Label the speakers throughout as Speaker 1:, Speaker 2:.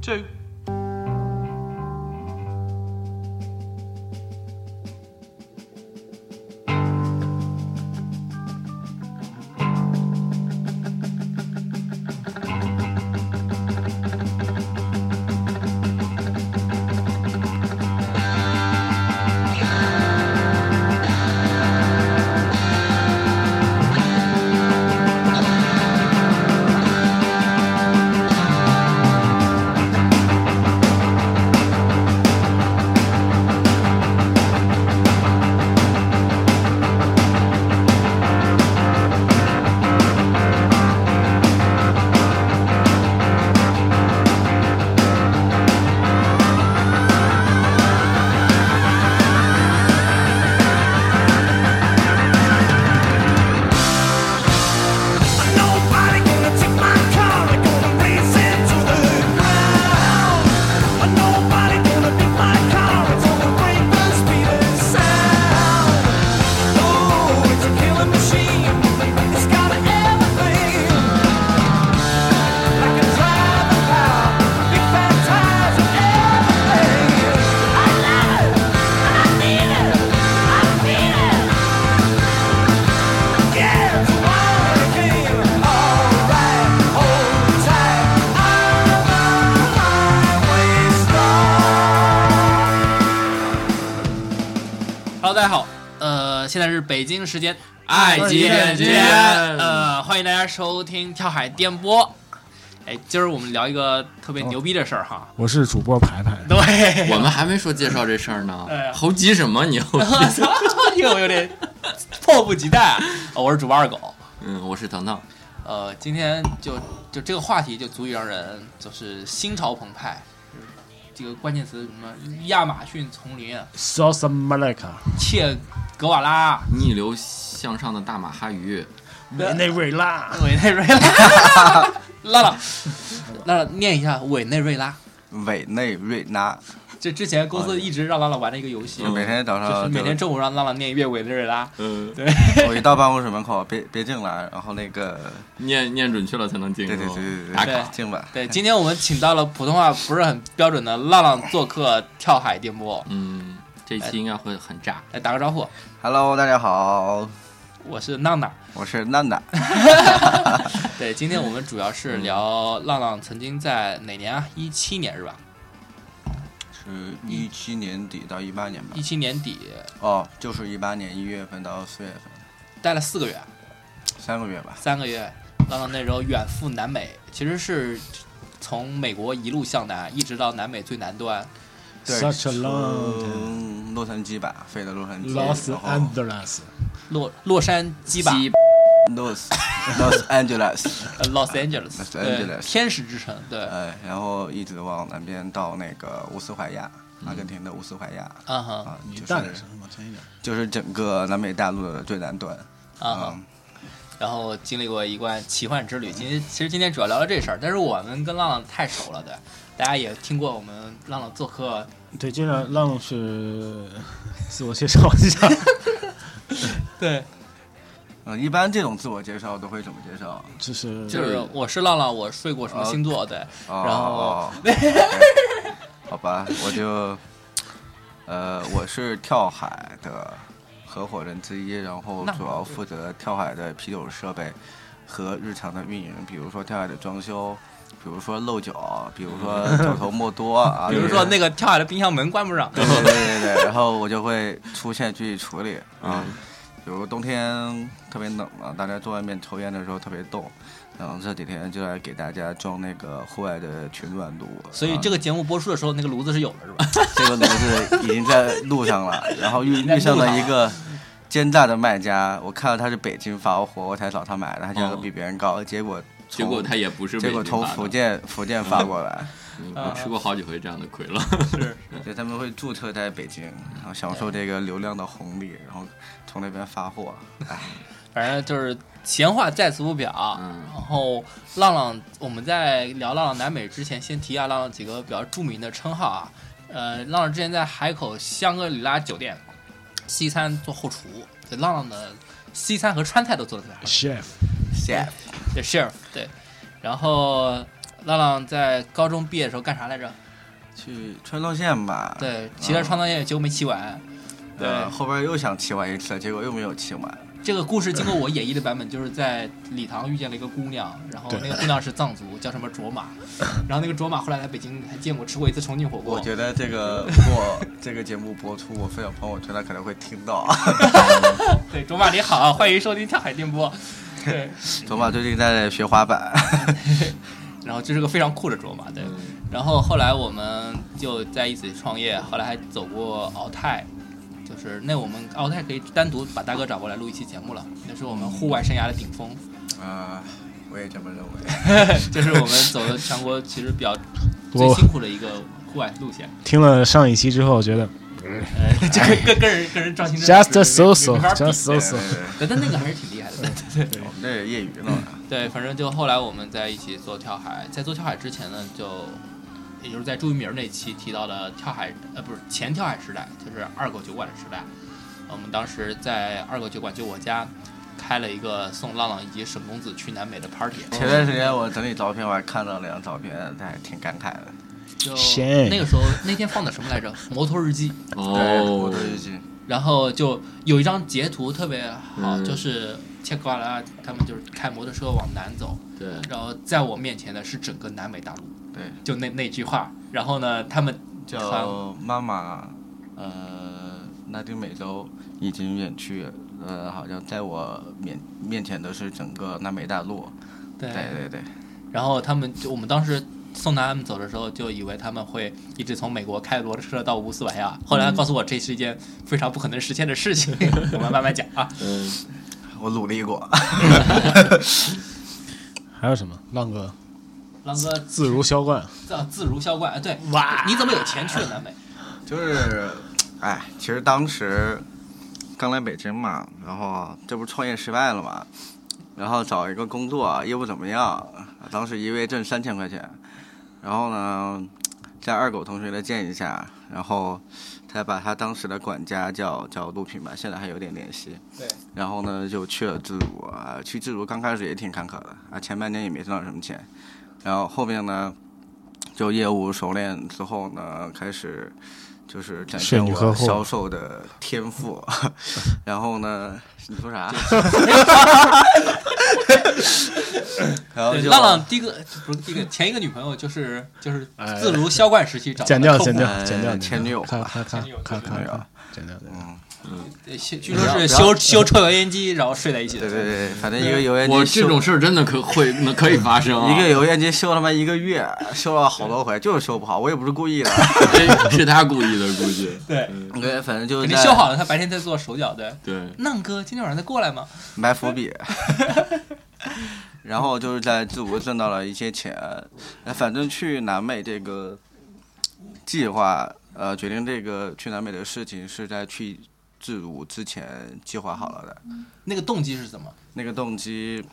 Speaker 1: two.
Speaker 2: Nobody gonna take my car, they're gonna race it to the ground. Nobody gonna beat my car, it's gonna break the speed and sound. Oh, it's a killing machine, it's got everything. I can drive a car, big fat tires and everything. I love it, I need it, I feel it. Yeah, it's a wild game. All right, hold tight. I'm a highway star.
Speaker 3: Hello，大家好，呃，现在是北京时间，爱
Speaker 4: 极点击
Speaker 3: 呃，欢迎大家收听跳海电波。哎，今儿我们聊一个特别牛逼的事儿哈，
Speaker 4: 我是主播排排，
Speaker 3: 哦 对，
Speaker 5: 我们还没说介绍这事儿呢
Speaker 3: 哎呀，
Speaker 5: 猴急什 么你？
Speaker 3: 我操，这个我有点迫不及待啊！哦我是主播二狗，
Speaker 5: 嗯，我是糖糖，
Speaker 3: 呃，今天就就这个话题就足以让人就是心潮澎湃，就是这个关键词什么亚马逊丛林、啊
Speaker 4: 肖斯马莱卡，
Speaker 3: 切格瓦拉、
Speaker 5: 逆流向上的大马哈鱼，
Speaker 4: 委内瑞拉，
Speaker 3: 委内瑞拉， 拉拉，拉拉念一下委内瑞拉。
Speaker 6: 委内瑞拉，
Speaker 3: 这之前
Speaker 6: 啊
Speaker 3: 公司一直让拉拉玩的一个游戏，
Speaker 6: 就每天早
Speaker 3: 就是
Speaker 6: 上
Speaker 3: 每天中午让拉拉念一遍委内瑞拉。
Speaker 5: 嗯，
Speaker 6: 就我一到办公室门口，别别进来，然后那个
Speaker 5: 念念准确了才能进
Speaker 6: 对
Speaker 5: 入。
Speaker 6: 对对对对，
Speaker 5: 打
Speaker 3: 对
Speaker 5: 卡。
Speaker 6: 进吧，
Speaker 3: 对，今天我们请到了普通话不是很标准的浪浪做客跳海电波，
Speaker 5: 嗯，这期应该会很炸。
Speaker 3: 来打个招呼，
Speaker 6: ，Hello，大家好，
Speaker 3: 我是娜娜。
Speaker 6: 我是娜娜，
Speaker 3: 对，今天我们主要是
Speaker 6: 嗯
Speaker 3: 聊浪浪曾经在哪年啊？一七年是吧？
Speaker 6: 是一七年底到一八年吧
Speaker 3: 一，七年底
Speaker 6: 哦，就是一八年一月份到四月份，
Speaker 3: 待了四个月，
Speaker 6: 三个月吧，
Speaker 3: 三个月。浪浪那时候远赴南美，其实是从美国一路向南，一直到南美最南端。
Speaker 6: 对
Speaker 4: Such a long
Speaker 6: 从洛杉矶吧，飞的洛杉矶
Speaker 4: ，Los
Speaker 6: 然后
Speaker 4: Angeles，
Speaker 3: 洛洛杉矶吧
Speaker 5: 鸡
Speaker 6: Los Los Angeles，
Speaker 3: 呃，Los Angeles，
Speaker 6: Los
Speaker 3: 对，
Speaker 6: Angeles
Speaker 3: 天使之城，对，
Speaker 6: 呃，然后一直往南边到那个乌斯怀亚，阿根廷的乌斯怀亚。
Speaker 3: 啊哈，
Speaker 6: 啊，
Speaker 4: 你
Speaker 6: 就
Speaker 4: 大点
Speaker 6: 是
Speaker 4: 声，往前一点。
Speaker 6: 就是整个南美大陆的最南端嗯
Speaker 3: 啊哈，然后经历过一段奇幻之旅。今天其实今天主要聊聊这事儿，但是我们跟浪浪太熟了，对，大家也听过我们浪浪做客，
Speaker 4: 对，这个浪是自我介绍一下，
Speaker 3: 对，
Speaker 6: 嗯，一般这种自我介绍都会怎么介绍？
Speaker 4: 就是
Speaker 3: 就是我是浪浪，我睡过什么星座，对，
Speaker 6: 哦、
Speaker 3: 然后
Speaker 6: 哦 好吧，我就呃，我是跳海的合伙人之一，然后
Speaker 3: 那
Speaker 6: 主要负责跳海的啤酒设备和日常的运营，比如说跳海的装修。比如说漏脚，比如 说脚头莫多啊，
Speaker 3: 比如说
Speaker 6: 对
Speaker 3: 那个跳海的冰箱门关不上，
Speaker 6: 对对对对对，然后我就会出现去处理啊。比如冬天特别冷嘛，大家坐外面抽烟的时候特别冻，然后这几天就来给大家装那个户外的取暖炉。
Speaker 3: 所以
Speaker 6: 啊
Speaker 3: 这个节目播出的时候，那个炉子是有的，是吧？
Speaker 6: 这个炉子已经在路上了，然后遇
Speaker 3: 在
Speaker 6: 遇上
Speaker 3: 路上
Speaker 6: 了
Speaker 3: 了
Speaker 6: 一个奸诈的卖家，我看到他是北京发货，我才找他买的，他价格
Speaker 5: 嗯
Speaker 6: 比别人高，结果
Speaker 5: 结
Speaker 6: 从
Speaker 5: 果他也不是
Speaker 6: 结果
Speaker 5: 北京
Speaker 6: 从
Speaker 5: 发的
Speaker 6: 福，建福建发过来，
Speaker 5: 嗯我吃过好几回这样的亏 了。
Speaker 3: 是，
Speaker 6: 对，他们会注册在北京，然后享受这个流量的红利，然后从那边发货。 哎，
Speaker 3: 反正就是闲话在此不表。
Speaker 5: 嗯
Speaker 3: 然后浪浪，我们在聊浪浪南美之前，先提一下浪浪几个比较著名的称号啊。呃，浪浪之前在海口香格里拉酒店西餐做后厨，对浪浪的西餐和川菜都做的特别好。
Speaker 4: chef，
Speaker 6: 谢。
Speaker 3: 对 chef 对，然后浪浪在高中毕业的时候干啥来着？
Speaker 6: 去川藏线吧。
Speaker 3: 对，骑
Speaker 6: 啊
Speaker 3: 了创造线，结果没骑完。对，
Speaker 6: 呃，后边又想骑完一次，结果又没有骑完。
Speaker 3: 这个故事经过我演绎的版本，就是在礼堂遇见了一个姑娘，然后那个姑娘是藏族，叫什么卓玛，然后那个卓玛后来来北京还见过吃过一次重庆火锅
Speaker 6: 我。觉得这个如果这个节目播出，我分享朋友圈，他可能会听到。
Speaker 3: 对，卓玛你好，欢迎收听跳海电波。 对，
Speaker 6: 卓玛最近在学滑板，
Speaker 3: 然后这是个非常酷的卓玛，
Speaker 6: 嗯
Speaker 3: 对。然后后来我们就在一起创业，后来还走过敖泰，就是那我们敖泰可以单独把大哥找过来录一期节目了，那是我们户外生涯的顶峰，
Speaker 6: 啊、我也这么认为。
Speaker 3: 这是我们走的全国其实比较最
Speaker 4: 我
Speaker 3: 辛苦的一个户外路线。
Speaker 4: 听了上一期之后，我觉得
Speaker 3: 呃，这个跟跟人跟人张新
Speaker 4: just
Speaker 3: 是
Speaker 4: so
Speaker 3: 没
Speaker 4: so
Speaker 3: 没法比
Speaker 4: just so
Speaker 6: 对
Speaker 4: so，
Speaker 6: 对对
Speaker 3: 对但那个还是挺厉害的。对对对
Speaker 6: 对我们这是业余呢。
Speaker 3: 对，反正就后来我们在一起做跳海，在做跳海之前呢，就也就是在朱一鸣那期提到的跳海，呃，不是前跳海时代，就是二狗酒馆的时代。我们当时在二狗酒馆，就我家开了一个送浪浪以及沈公子去南美的 party，
Speaker 6: 前段时间我整理照片，我还看到两张照片，还挺感慨的。
Speaker 3: 就
Speaker 4: Shame
Speaker 3: 那个时候那天放的什么来着？摩托日记。
Speaker 6: 对，我
Speaker 5: 哦
Speaker 6: 都，已经
Speaker 3: 然后就有一张截图特别好，
Speaker 5: 嗯
Speaker 3: 就是切格瓦拉他们就是开摩托车往南走，
Speaker 5: 对，
Speaker 3: 然后在我面前的是整个南美大陆，
Speaker 6: 对，
Speaker 3: 就那那句话。然后呢，他们团
Speaker 6: 叫妈妈，呃，拉丁美洲已经远去，呃，好像在我面面前的是整个南美大陆。
Speaker 3: 对
Speaker 6: 对对对，
Speaker 3: 然后他们就我们当时送他们走的时候，就以为他们会一直从美国开摩托车到乌斯怀亚。后来他告诉我，这是一件非常不可能实现的事情，我们慢慢讲啊。
Speaker 5: 嗯，
Speaker 6: 我努力过。
Speaker 4: 还有什么浪哥
Speaker 3: 狼哥
Speaker 4: 自如销冠，
Speaker 3: 自自如销冠，哎，对，哇，你怎么有钱去了南美？
Speaker 6: 就是，哎，其实当时刚来北京嘛，然后这不是创业失败了嘛，然后找一个工作又不怎么样，当时一个月挣三千块钱，然后呢，在二狗同学的建议下，然后才把他当时的管家叫叫陆平吧，现在还有点联系。
Speaker 3: 对。
Speaker 6: 然后呢，就去了自如啊，去自如刚开始也挺坎坷的啊，前半年也没挣到什么钱，然后后面呢。就业务熟练之后呢，开始就是展现
Speaker 4: 是你呵
Speaker 6: 我
Speaker 4: 护
Speaker 6: 销售的天赋。然后呢，你说啥？ 然后
Speaker 3: 对，
Speaker 6: 就
Speaker 3: 浪浪第一个不是第一个前一个女朋友就是就是
Speaker 4: 哎
Speaker 3: 自如销冠时期找
Speaker 4: 剪
Speaker 3: 的
Speaker 4: 掉
Speaker 3: 客户
Speaker 4: 剪掉
Speaker 6: 呃
Speaker 4: 剪掉，
Speaker 6: 前女友
Speaker 4: 咔咔咔
Speaker 3: 前女友
Speaker 4: 咔咔
Speaker 6: 前女友
Speaker 4: 咔，剪掉剪掉。
Speaker 3: 对据
Speaker 6: 不
Speaker 3: 说是
Speaker 6: 要
Speaker 3: 修修抽油烟机，然后睡在一起的。
Speaker 6: 对对对，反正一个油烟
Speaker 5: 我
Speaker 6: 机
Speaker 5: 这
Speaker 6: 修
Speaker 5: 种事儿真的可会能可以发生啊，
Speaker 6: 一个油烟机修他妈一个月，修了好多回，就是修不好，我也不是故 意的。
Speaker 5: 这是他故意的，估计，
Speaker 3: 对
Speaker 6: 对，反正就是
Speaker 3: 肯
Speaker 6: 在
Speaker 3: 定修好了，他白天在做手脚对。
Speaker 5: 对，
Speaker 3: 浪哥今天晚上再过来吗？
Speaker 6: 埋伏笔。 然后就是在自如挣到了一些钱，哎反正去南美这个计划，呃，决定这个去南美的事情是在去自如之前计划好了的。
Speaker 3: 那个动机是什么？
Speaker 6: 那个动机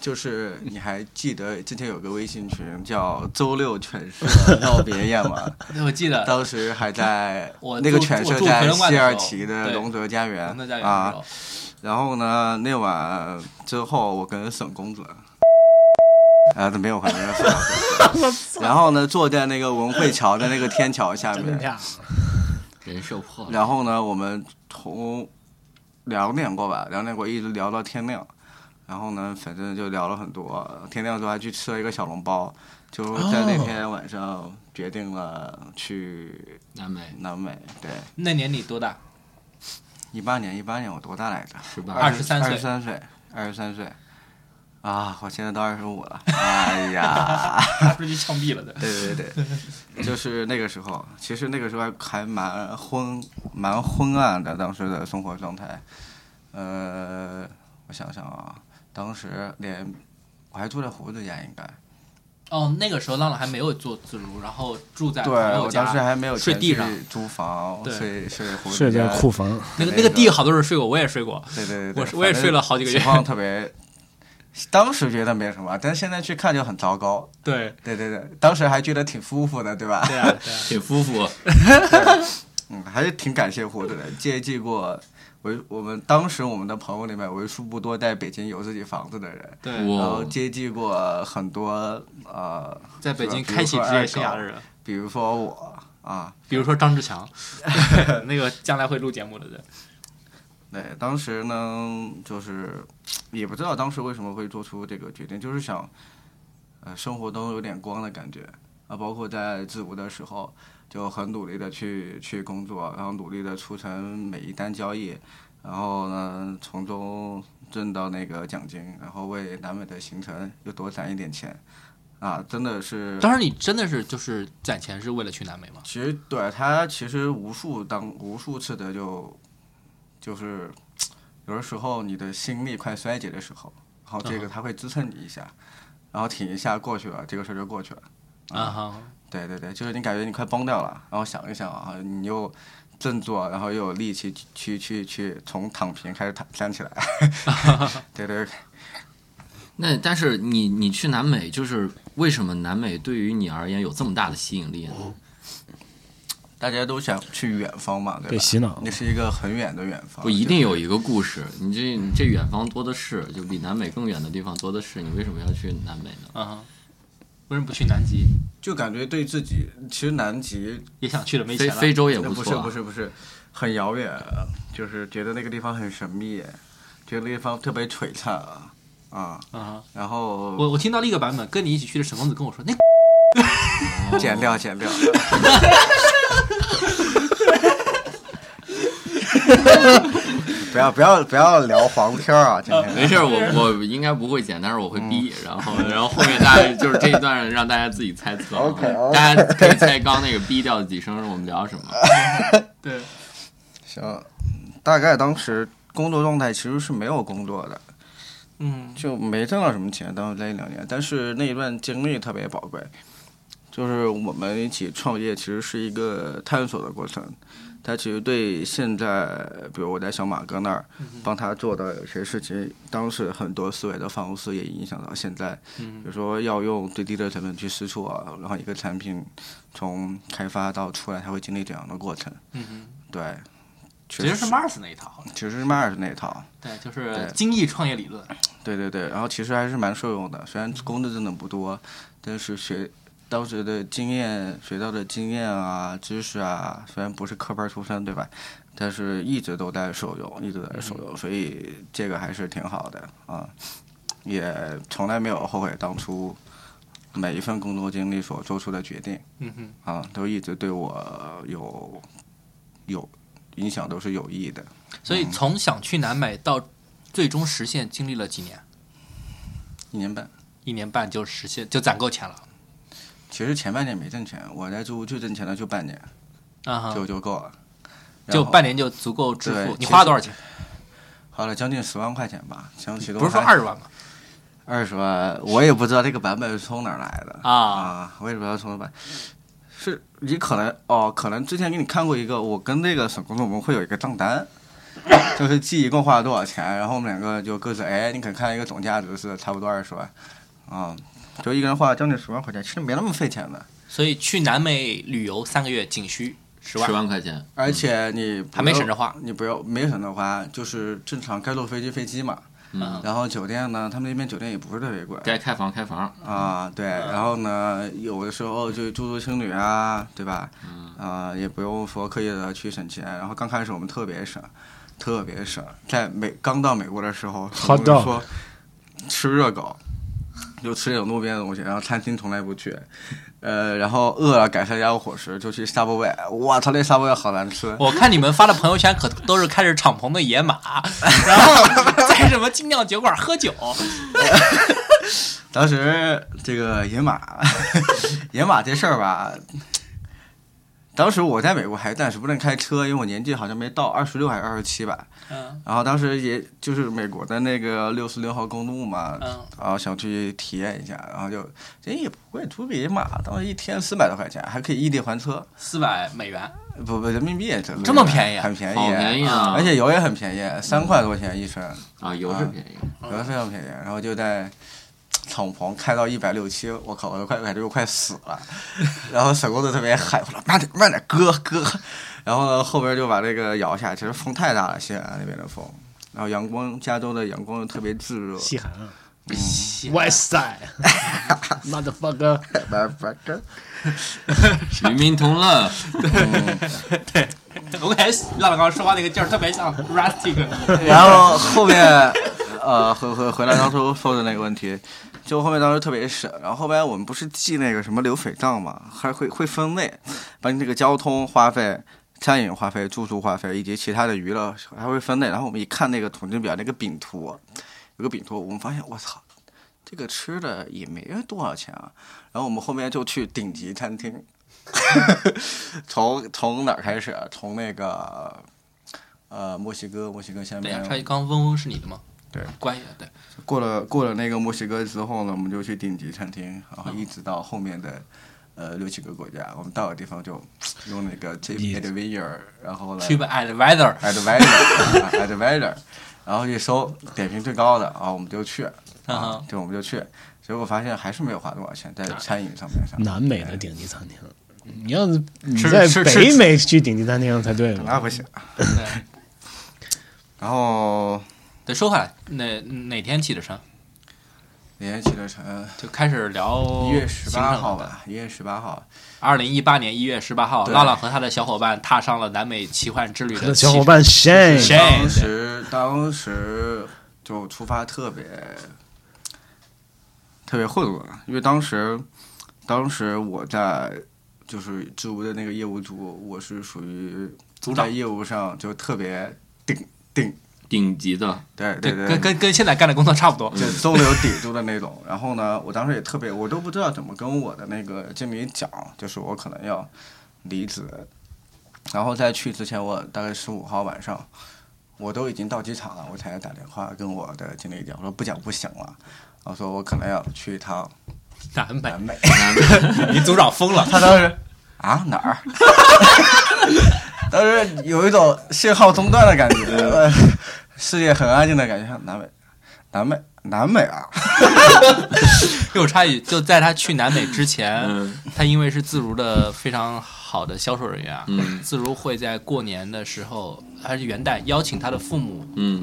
Speaker 6: 就是你还记得之前有个微信群叫“周六犬舍闹别夜”吗？
Speaker 3: 我记得
Speaker 6: 当时还在
Speaker 3: 我
Speaker 6: 那个
Speaker 3: 住
Speaker 6: 犬
Speaker 3: 我
Speaker 6: 舍
Speaker 3: 住回
Speaker 6: 在
Speaker 3: 龙观
Speaker 6: 西
Speaker 3: 的时
Speaker 6: 二
Speaker 3: 候
Speaker 6: 旗的
Speaker 3: 对
Speaker 6: 龙泽家园
Speaker 3: 龙德家园
Speaker 6: 啊
Speaker 3: 的时，候
Speaker 6: 然后呢，那晚之后，我跟沈公子，啊，没有，没有，没有。然后呢，坐在那个文汇桥的那个天桥下面。
Speaker 5: 人设破了，
Speaker 6: 然后呢，我们从两点过吧，两点过一直聊到天亮。然后呢，反正就聊了很多。天亮之后还去吃了一个小笼包，就在
Speaker 3: 哦
Speaker 6: 那天晚上决定了去
Speaker 5: 南美
Speaker 6: 南美。对，
Speaker 3: 那年你多大？
Speaker 6: 一八年，一八年我多大来着？
Speaker 5: 是吧？
Speaker 3: 二十三岁
Speaker 6: 二十三岁，二十三岁，啊，我现在都二十五了，哎呀，
Speaker 3: 他出去枪毙了的。
Speaker 6: 对对对， 就是那个时候，其实那个时候还还蛮昏蛮昏暗的，当时的生活状态，呃，我想想啊，当时连我还住在胡子家，应该，
Speaker 3: 哦，那个时候浪浪还没有做自如，然后住在
Speaker 6: 对
Speaker 3: 朋友
Speaker 6: 我
Speaker 3: 家
Speaker 6: 当时还没有
Speaker 3: 睡
Speaker 6: 钱
Speaker 3: 地
Speaker 6: 去
Speaker 3: 上
Speaker 6: 租房，
Speaker 3: 对
Speaker 6: 睡睡胡子
Speaker 4: 睡在
Speaker 6: 家
Speaker 4: 库房，
Speaker 3: 那个
Speaker 6: 那
Speaker 3: 那个
Speaker 6: 个
Speaker 3: 地好多人睡过，我也睡过。
Speaker 6: 对对对
Speaker 3: 我
Speaker 6: 对，
Speaker 3: 是我也
Speaker 6: 反正
Speaker 3: 睡了好几个月
Speaker 6: 情况特别，当时觉得没什么，但现在去看就很糟糕。
Speaker 3: 对
Speaker 6: 对对对，当时还觉得挺舒服的，对吧？
Speaker 3: 对啊，对啊
Speaker 5: 挺夫妇，
Speaker 6: 嗯，还是挺感谢火腿的，接济过为我们当时我们的朋友里面为数不多在北京有自己房子的人，
Speaker 3: 对，
Speaker 5: 哇
Speaker 6: 然后接济过很多呃，
Speaker 3: 在北京
Speaker 6: 是吧
Speaker 3: 开启职业生涯的，人，
Speaker 6: 比如说二狗比如说我啊，
Speaker 3: 比如说张志强， 那个将来会录节目的人，
Speaker 6: 对，当时呢，就是也不知道当时为什么会做出这个决定，就是想，呃，生活中有点光的感觉啊，包括在自无的时候，就很努力的去去工作，然后努力的促成每一单交易，然后呢，从中挣到那个奖金，然后为南美的行程又多攒一点钱，啊，真的是。
Speaker 3: 当时你真的是就是攒钱是为了去南美吗？
Speaker 6: 其实对他其实无数当无数次的就就是有的时候你的心力快衰竭的时候，然后
Speaker 5: 嗯
Speaker 6: 这个他会支撑你一下，然后挺一下过去了，这个事儿就过去了。
Speaker 3: 啊哈，
Speaker 6: 对对对，就是你感觉你快崩掉了，然后想一想啊，你又振作，然后又有力气去去去去从躺平开始躺站 起来。对对，
Speaker 5: 那但是你你去南美，就是为什么南美对于你而言有这么大的吸引力呢？
Speaker 6: 大家都想去远方嘛，对吧？
Speaker 4: 被洗脑了
Speaker 6: 那是一个很远的远方。
Speaker 5: 不一定有一个故事，你这你这远方多的是，就比南美更远的地方多的是，你为什么要去南美呢？
Speaker 3: 啊哈，为什么不去南极？
Speaker 6: 就感觉对自己，其实南极
Speaker 3: 也想去了，没
Speaker 5: 非
Speaker 3: 钱了。
Speaker 5: 非洲也
Speaker 6: 那不是
Speaker 5: 错啊，
Speaker 6: 不是不是，很遥远，就是觉得那个地方很神秘，觉得那地方特别璀璨啊啊，
Speaker 3: 啊哈，
Speaker 6: 然后
Speaker 3: 我我听到另一个版本，跟你一起去的沈公子跟我说，那
Speaker 6: 剪掉剪掉， 不要不要不要聊黄片儿啊，今
Speaker 5: 没
Speaker 6: 天
Speaker 5: 事，我我应该不会剪，但是我会逼，然后然后后面大家就是这一段让大家自己猜测啊，
Speaker 6: OK，OK
Speaker 5: 大家可以猜刚那个逼掉的几声，我们聊什么？
Speaker 3: 对，
Speaker 6: 行，大概当时工作状态其实是没有工作的，
Speaker 3: 嗯，
Speaker 6: 就没挣到什么钱，当时那两年，但是那一段经历特别宝贵。就是我们一起创业，其实是一个探索的过程。他其实对现在，比如我在小马哥那儿
Speaker 3: 嗯
Speaker 6: 帮他做的有些事情，当时很多思维的方式也影响到现在。
Speaker 3: 嗯
Speaker 6: 比如说要用最低的成本去试错啊，然后一个产品从开发到出来，它会经历怎样的过程？
Speaker 3: 嗯
Speaker 6: 对，
Speaker 3: 其
Speaker 6: 其
Speaker 3: 实是 Mars 那一套，
Speaker 6: 其实是 Mars 那一套。
Speaker 3: 对，就是
Speaker 6: 对
Speaker 3: 精益创业理论，
Speaker 6: 对对对，然后其实还是蛮受用的，虽然工资真的不多，但是学当时的经验、学到的经验啊、知识啊，虽然不是科班出身，对吧？但是一直都在受用，一直都在受用，所以这个还是挺好的啊、也从来没有后悔当初每一份工作经历所做出的决定
Speaker 3: 嗯哼，
Speaker 6: 啊、都一直对我有有影响，都是有益的。
Speaker 3: 所以从想去南美到最终实现，经历了几年，
Speaker 6: 一年半。
Speaker 3: 一年半就实现，就攒够钱了，
Speaker 6: 其实前半年没挣钱，我在租屋就挣钱了，就半年。
Speaker 3: 啊哈，
Speaker 6: 就就够了，然
Speaker 3: 就
Speaker 6: 后
Speaker 3: 半年就足够致
Speaker 6: 对
Speaker 3: 富。
Speaker 6: 其
Speaker 3: 你
Speaker 6: 实
Speaker 3: 花了多少钱？
Speaker 6: 花了将近十万块钱吧，想其中
Speaker 3: 不是说二十万吗？
Speaker 6: 二十万，我也不知道这个版本是从哪儿来的
Speaker 3: 啊
Speaker 6: 我也不知道从哪儿版，是你可能哦，可能之前给你看过一个，我跟那个沈工作我们会有一个账 单。就是记一共花了多少钱，然后我们两个就各自哎，你可看一个总价值是差不多二十万，啊、就一个人花了将近十万块钱，其实没那么费钱的，
Speaker 3: 所以去南美旅游三个月仅需十
Speaker 5: 十
Speaker 3: 万，
Speaker 5: 万块钱，
Speaker 6: 而且你不
Speaker 3: 嗯还没
Speaker 6: 用
Speaker 3: 省着花，
Speaker 6: 你不要没省着花，就是正常该坐飞机飞机嘛，
Speaker 5: 嗯，
Speaker 6: 然后酒店呢，他们那边酒店也不是特别贵
Speaker 5: 该开房开房，
Speaker 6: 啊，对。然后呢，有的时候就住宿青旅啊，对吧？
Speaker 3: 嗯
Speaker 6: 啊，也不用说刻意的去省钱。然后刚开始我们特别省，特别省。在美刚到美国的时候，
Speaker 4: Hot
Speaker 6: 我们
Speaker 4: dog
Speaker 6: 说吃热狗，就吃那种路边的东西，然后餐厅从来不去。呃，然后饿了改善一下伙食，就去 Subway。我操，那 Subway 好难吃。
Speaker 3: 我看你们发的朋友圈可都是开着敞篷的野马，然后在什么精酿酒馆喝酒，
Speaker 6: 当时这个野马， 野马这事儿吧，当时我在美国还暂时不能开车，因为我年纪好像没到二十六还是二十七吧。
Speaker 3: 嗯
Speaker 6: 然后当时也就是美国的那个六十六号公路嘛，
Speaker 3: 嗯
Speaker 6: 然后想去体验一下，然后就人也不贵，租个野马，当时一天四百多块钱，还可以异地还车，
Speaker 3: 四百美元，
Speaker 6: 不不人民币也这
Speaker 3: 这么便宜啊
Speaker 6: 很便宜，
Speaker 5: 好便宜啊！
Speaker 6: 而且油也很便宜，三块多钱一升。
Speaker 5: 啊，油是便宜，
Speaker 6: 油费用便宜，然后就在敞篷开到一百六七，我靠，我都快感觉我快死了。然后沈公子特别嗨，我说慢点慢点，哥哥。然后呢，后边就把这个摇下，其实风太大了，西海岸那边的风。然后阳光，加州的阳光又特别炙热，
Speaker 4: 西海岸
Speaker 3: 西
Speaker 4: 啊，West Side，motherfucker，
Speaker 6: 白白跟
Speaker 5: 与民同乐，
Speaker 3: 我感觉浪浪刚说话那个劲儿特别像 Rustic，
Speaker 6: 然后后面，呃，回回回来当初说的那个问题，就后面当时特别省。然后后面我们不是记那个什么流水账嘛，还会会分类，把你这个交通花费、餐饮花费、住宿花费以及其他的娱乐还会分类。然后我们一看那个统计表那个饼图，有个饼图，我们发现我操，这个吃的也没多少钱啊。然后我们后面就去顶级餐厅。 从从哪儿开始啊？从那个呃墨西哥，墨西哥下
Speaker 3: 哎对呀
Speaker 6: 面，
Speaker 3: 他刚嗡嗡是你的吗？
Speaker 6: 对，
Speaker 3: 关系的对。
Speaker 6: 过了过了那个墨西哥之后呢，我们就去顶级餐厅，然后一直到后面的呃六七个国家，我们到的地方就用那个 Trip Advisor，然后呢
Speaker 3: Trip Advisor，
Speaker 6: Advisor，Advisor，然后去搜点评最高的啊，我们就去
Speaker 3: 嗯
Speaker 6: 啊
Speaker 3: 哼，
Speaker 6: 对，我们就去，结果发现还是没有花多少钱在餐饮上面上，
Speaker 4: 南美的顶级餐厅。
Speaker 6: 嗯
Speaker 4: 你要是你
Speaker 3: 吃
Speaker 4: 在
Speaker 3: 吃吃
Speaker 4: 北美去顶级餐厅才对嘛？
Speaker 6: 那不行。啊
Speaker 3: 对
Speaker 6: 然后
Speaker 3: 对，说回来，哪哪天起的身？
Speaker 6: 连骑了城，
Speaker 3: 就开始聊
Speaker 6: 一月十八号。吧，一月十八号，
Speaker 3: 二零一八年一月十八号，
Speaker 6: 对
Speaker 3: 浪浪和他的小伙伴踏上了南美奇幻之旅
Speaker 4: 他
Speaker 3: 的
Speaker 4: 的小
Speaker 3: 启
Speaker 4: 伙伴 Shane，
Speaker 3: 谁
Speaker 6: 当时当时就出发特别特别混乱，因为当时当时我在就是知乎的那个业务组，我是属于
Speaker 3: 组
Speaker 6: 在
Speaker 3: 长，
Speaker 6: 业务上就特别顶顶，
Speaker 5: 顶级的，
Speaker 6: 对
Speaker 3: 对，
Speaker 6: 对，嗯
Speaker 3: 跟跟跟现在干的工作差不多。
Speaker 6: 就中流砥柱的那种。然后呢，我当时也特别，我都不知道怎么跟我的那个经理讲，就是我可能要离职。然后在去之前，我大概十五号晚上，我都已经到机场了，我才打电话跟我的经理讲，我说不讲不行了，我说我可能要去一趟
Speaker 3: 南美，
Speaker 6: 南美。
Speaker 3: 你组长疯了，
Speaker 6: 他当时啊哪儿？ 当时有一种信号中断的感觉，
Speaker 3: 嗯
Speaker 6: 呃世界很安静的感觉，南美，南美，南美啊！
Speaker 3: 又插一句，就在他去南美之前，
Speaker 5: 嗯
Speaker 3: 他因为是自如的非常好的销售人员啊，
Speaker 5: 嗯
Speaker 3: 自如会在过年的时候还是元旦邀请他的父母
Speaker 5: 嗯，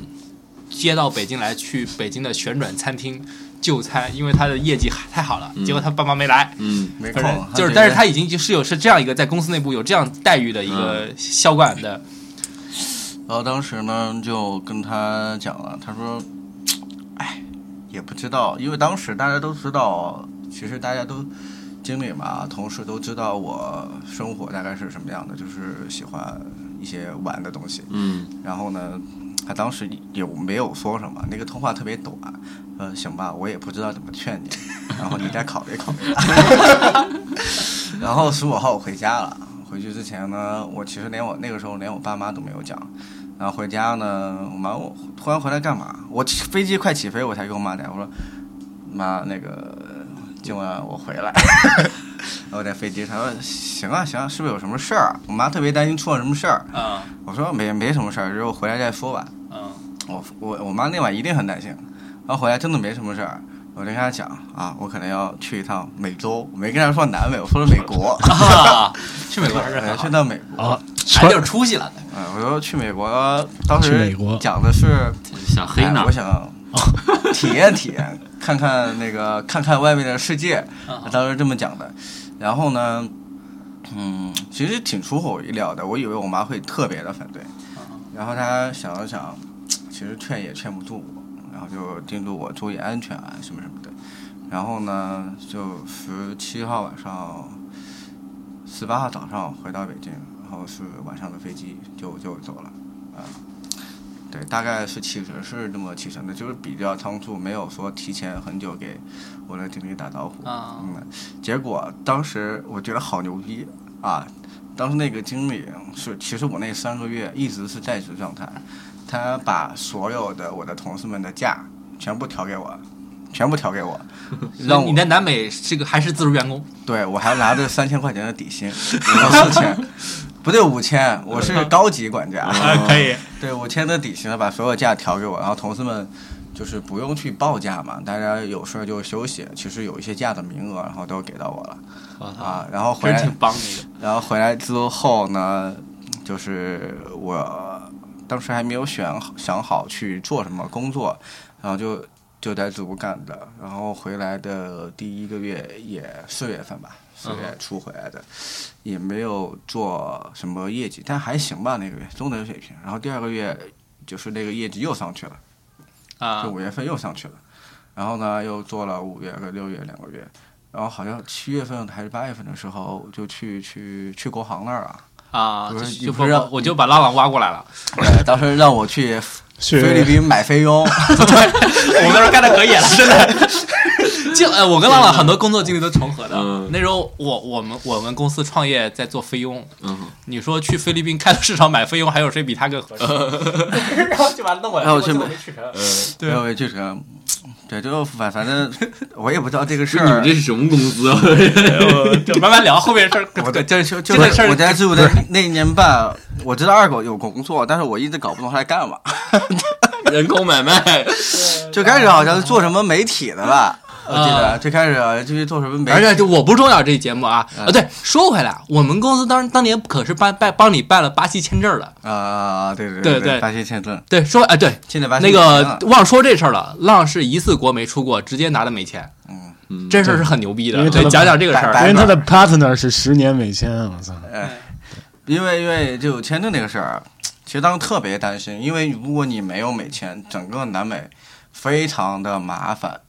Speaker 3: 接到北京来，去北京的旋转餐厅就餐，因为他的业绩太好了，结果他爸妈没来。
Speaker 5: 嗯，
Speaker 6: 没空
Speaker 3: 反正，
Speaker 6: 觉
Speaker 3: 就是，
Speaker 6: 得
Speaker 3: 但是他已经就是有是这样一个在公司内部有这样待遇的一个
Speaker 6: 嗯
Speaker 3: 销冠的，
Speaker 6: 然后当时呢，就跟他讲了，他说：“哎，也不知道，因为当时大家都知道，其实大家都经理嘛，同事都知道我生活大概是什么样的，就是喜欢一些玩的东西。
Speaker 5: 嗯，
Speaker 6: 然后呢，他当时也没有说什么，那个通话特别短。呃，行吧，我也不知道怎么劝你， 然后你再考虑考 虑吧。然后十五号我回家了，回去之前呢，我其实连我那个时候连我爸妈都没有讲。然后回家呢，我妈问我突然回来干嘛？我起飞机快起飞，我才跟我妈讲，我说妈，那个今晚我回来。 然后我在飞机上，她说行啊行啊，是不是有什么事儿啊？我妈特别担心出了什么事儿。
Speaker 3: 嗯
Speaker 6: 我说没没什么事儿，就是回来再说吧。
Speaker 3: 嗯，
Speaker 6: 我我我妈那晚一定很担心，然后回来真的没什么事儿，我就跟她讲啊，我可能要去一趟美洲，我没跟她说南美，我说了美国，
Speaker 3: 啊， 去美国还是
Speaker 6: 我
Speaker 3: 很
Speaker 6: 要
Speaker 3: 好
Speaker 6: 哎去，趟美国。
Speaker 4: 啊，
Speaker 3: 还
Speaker 4: 穿
Speaker 3: 就是出息了，
Speaker 6: 嗯，我说去美国，当
Speaker 4: 去
Speaker 6: 时
Speaker 4: 美国哦
Speaker 6: 讲的是
Speaker 5: 小黑呢
Speaker 6: 哎我？想体验体验，看看那个看看外面的世界，
Speaker 3: 嗯
Speaker 6: 当时这么讲的。然后呢，嗯，其实挺出乎我意料的，我以为我妈会特别的反对，
Speaker 3: 啊
Speaker 6: 然后她想了想，其实劝也劝不住我，然后就叮嘱我注意安全啊什么什么的。然后呢，就十七号晚上，十八号早上回到北京，然后是晚上的飞机就就走了，啊、对，大概是启程是这么启程的，就是比较仓促，没有说提前很久给我的经理打招呼。
Speaker 3: 啊
Speaker 6: 嗯，结果当时我觉得好牛逼啊！当时那个经理是，其实我那三个月一直是在职状态，他把所有的我的同事们的假全部调给我，全部调给 我，让
Speaker 3: 那
Speaker 6: 我
Speaker 3: 你在南美这个还是自如员工，
Speaker 6: 对我还拿着三千块钱的底薪，然后四千， 不对五千，我是高级管家。
Speaker 5: 啊可
Speaker 3: 以，
Speaker 6: 对我签的底薪，把所有假调给我，然后同事们就是不用去报价嘛，大家有事儿就休息。其实有一些假的名额，然后都给到我了啊。然后回
Speaker 3: 真
Speaker 6: 来
Speaker 3: 挺帮你的。
Speaker 6: 然后回来之后呢，就是我当时还没有选好想好去做什么工作，然后就就在主播干的。然后回来的第一个月也四月份吧，四月初回来的，也没有做什么业绩，但还行吧，那个月中等水平。然后第二个月就是那个业绩又上去了。
Speaker 3: 啊
Speaker 6: 就，五月份又上去了，然后呢又做了五月和六月两个月，然后好像七月份还是八月份的时候就去去去国航那儿 啊，
Speaker 3: 啊，
Speaker 6: 不
Speaker 3: 就是就
Speaker 6: 你
Speaker 3: 包
Speaker 6: 不是
Speaker 3: 括我就把拉朗挖过来 了。
Speaker 6: 对，当时让我去菲律
Speaker 4: 去
Speaker 6: 宾买菲佣，
Speaker 3: 我们那时候干的可 以了，真的。就呃，我跟浪浪很多工作经历都重合的。
Speaker 5: 嗯
Speaker 3: 那时候我我们我们公司创业在做菲佣，
Speaker 5: 嗯，
Speaker 3: 你说去菲律宾开拓市场买菲佣，还有谁比他更合适？ 然后就把他弄过来，
Speaker 5: 然后
Speaker 3: 结果
Speaker 5: 去
Speaker 3: 最没去 成。
Speaker 6: 对，我也去成。嗯对，就反反正我也不知道这个事
Speaker 5: 就你
Speaker 6: 儿
Speaker 5: 们，这是什么公司啊？
Speaker 3: 就慢慢聊后面的事儿。
Speaker 6: 我的这就就
Speaker 3: 这个事
Speaker 6: 是
Speaker 3: 儿
Speaker 6: 我在住的那一年半，我知道二狗有工作，但是我一直搞不懂他在干 嘛。
Speaker 5: 人口买卖，
Speaker 6: 最开始好像是做什么媒体的吧，我记得
Speaker 3: 啊
Speaker 6: 最开始好像就是做什么媒
Speaker 3: 而
Speaker 6: 体
Speaker 3: 且就我不重要这节目啊
Speaker 6: 嗯
Speaker 3: 啊！对，说回来，我们公司当当年可是办办帮你办了巴西签证了。
Speaker 6: 啊，对
Speaker 3: 对
Speaker 6: 对
Speaker 3: 对
Speaker 6: 巴西签证，
Speaker 3: 对，说哎对，
Speaker 6: 现在啊巴西签
Speaker 3: 那个
Speaker 6: 了
Speaker 3: 忘说这事儿了，浪是一次国没出过，直接拿的美签，
Speaker 6: 嗯。
Speaker 5: 嗯
Speaker 3: 这事儿是很牛逼
Speaker 4: 因
Speaker 3: 的。
Speaker 4: 为他
Speaker 3: 对，
Speaker 4: 的
Speaker 3: 讲讲这个事儿
Speaker 6: 白
Speaker 4: 因。为他的 partner 是十年美签，啊我操！
Speaker 6: 哎，因为因为就签证这个事儿，啊其实当时特别担心，因为如果你没有美签，整个南美非常的麻烦。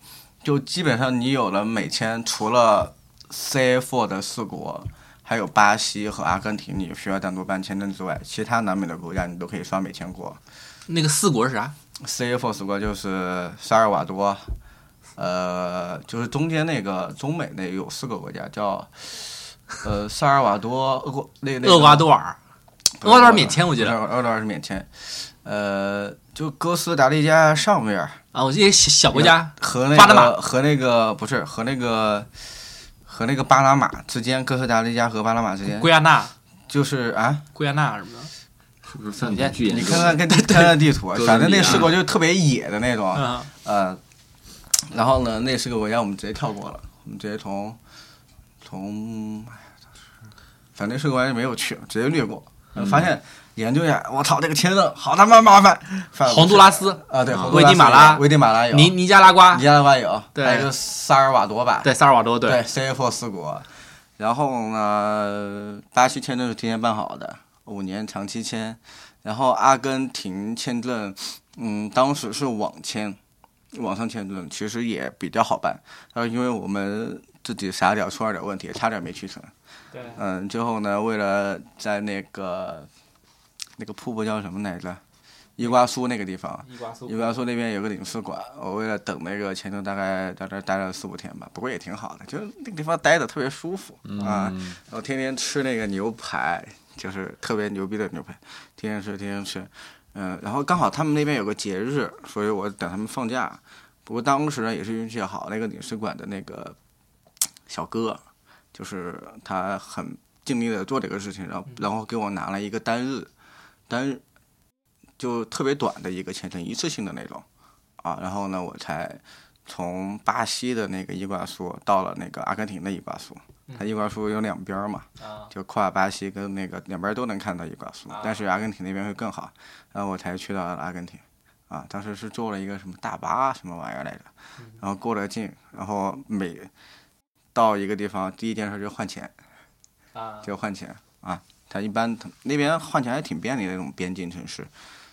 Speaker 6: 就基本上你有了美签，除了 CA4 的四国，还有巴西和阿根廷，你需要单独办签证之外，其他南美的国家你都可以刷美签过。
Speaker 3: 那个四国是啥？
Speaker 6: CA4 四国就是萨尔瓦多，呃，就是中间那个中美那有四个国家叫。呃，萨尔瓦多、厄瓜那那个
Speaker 3: 厄瓜多尔。厄瓜多尔免签我记得
Speaker 6: 厄瓜多尔是免签。呃，就哥斯达黎加上面儿
Speaker 3: 啊，我这些小国家
Speaker 6: 和那
Speaker 3: 巴拿马
Speaker 6: 个和那个不是和那个和那个巴拿马之间，哥斯达黎加和巴拿马之间，
Speaker 3: 圭亚那、
Speaker 6: 就是啊，
Speaker 3: 圭亚那什么的，
Speaker 5: 是不是犯罪巨
Speaker 6: 你
Speaker 5: 严重
Speaker 6: 看看跟看看地图，啊
Speaker 5: 哥伦比亚
Speaker 6: 反正那四国就特别野的那种，
Speaker 3: 嗯，
Speaker 6: 呃，然后呢，那四个国家我们直接跳过了，我们直接从从，哎呀，反正四个国家就没有去，直接略过，
Speaker 3: 嗯
Speaker 6: 发现。研究一下，我操，这个签证好他妈麻烦！反正
Speaker 3: 洪嗯都拉斯、
Speaker 6: 啊，对，
Speaker 5: 啊
Speaker 6: 洪都拉斯
Speaker 3: 危地马拉
Speaker 6: 有危地马拉有，哎
Speaker 3: 尼
Speaker 6: 尼
Speaker 3: 尼加拉瓜、
Speaker 6: 加拉瓜有，
Speaker 3: 对
Speaker 6: 还有一个萨尔瓦多吧，
Speaker 3: 对萨尔瓦多，
Speaker 6: 对
Speaker 3: 对，
Speaker 6: ，CFO 四国。然后呢，巴西签证是提前办好的，五年长期签。然后阿根廷签证，嗯，当时是网签，网上签证其实也比较好办，但是因为我们自己傻屌出了点问题，差点没去成。
Speaker 3: 对
Speaker 6: 嗯，最后呢，为了在那个那个瀑布叫什么来着，伊瓜苏那个地方，
Speaker 3: 伊瓜苏
Speaker 6: 比方说那边有个领事馆，我为了等那个签证，大概在这儿待了四五天吧，不过也挺好的，就是那个地方待的特别舒服、啊，然后天天吃那个牛排，就是特别牛逼的牛排，天天吃，天天吃，嗯，然后刚好他们那边有个节日，所以我等他们放假，不过当时呢也是运气好，那个领事馆的那个小哥，就是他很尽力的做这个事情，然后然后给我拿了一个单日，单日就特别短的一个签证，一次性的那种啊。然后呢，我才从巴西的那个伊瓜苏到了那个阿根廷的伊瓜苏。它伊瓜苏有两边儿嘛，
Speaker 3: 嗯啊
Speaker 6: 就跨巴西跟那个两边儿都能看到伊瓜苏，但是阿根廷那边会更好。然后我才去到了阿根廷，啊，当时是坐了一个什么大巴什么玩意儿来着，
Speaker 3: 嗯
Speaker 6: 然后过了境，然后每到一个地方，第一件事就换钱。
Speaker 3: 啊，
Speaker 6: 就换钱啊。他一般他那边换钱还挺便利的那种边境城市，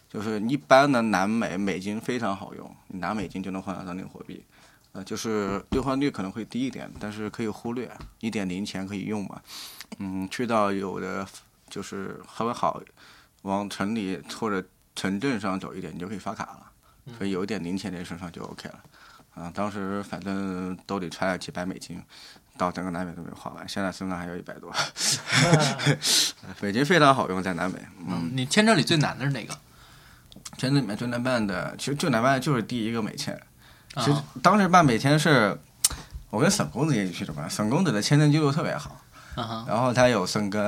Speaker 6: 就是一般的南美美金非常好用，你拿美金就能换到当地货币，呃，就是兑换率可能会低一点，但是可以忽略，一点零钱可以用嘛。嗯，去到有的就是稍微好，往城里或者城镇上走一点，你就可以刷卡了，所以有一点零钱在身上就 OK 了。啊，当时反正兜里揣了几百美金，到整个南美都没花完，现在身上还有一百多。 北京非常好用，在南美，嗯，
Speaker 3: 嗯，你签证里最难的是哪个？
Speaker 6: 签证里面最难办的，其实最难办的就是第一个美签。
Speaker 3: 啊
Speaker 6: 其实当时办美签是，我跟沈公子一起去的嘛，沈公子的签证记录特别好，
Speaker 3: 嗯哼
Speaker 6: 然后他有生根，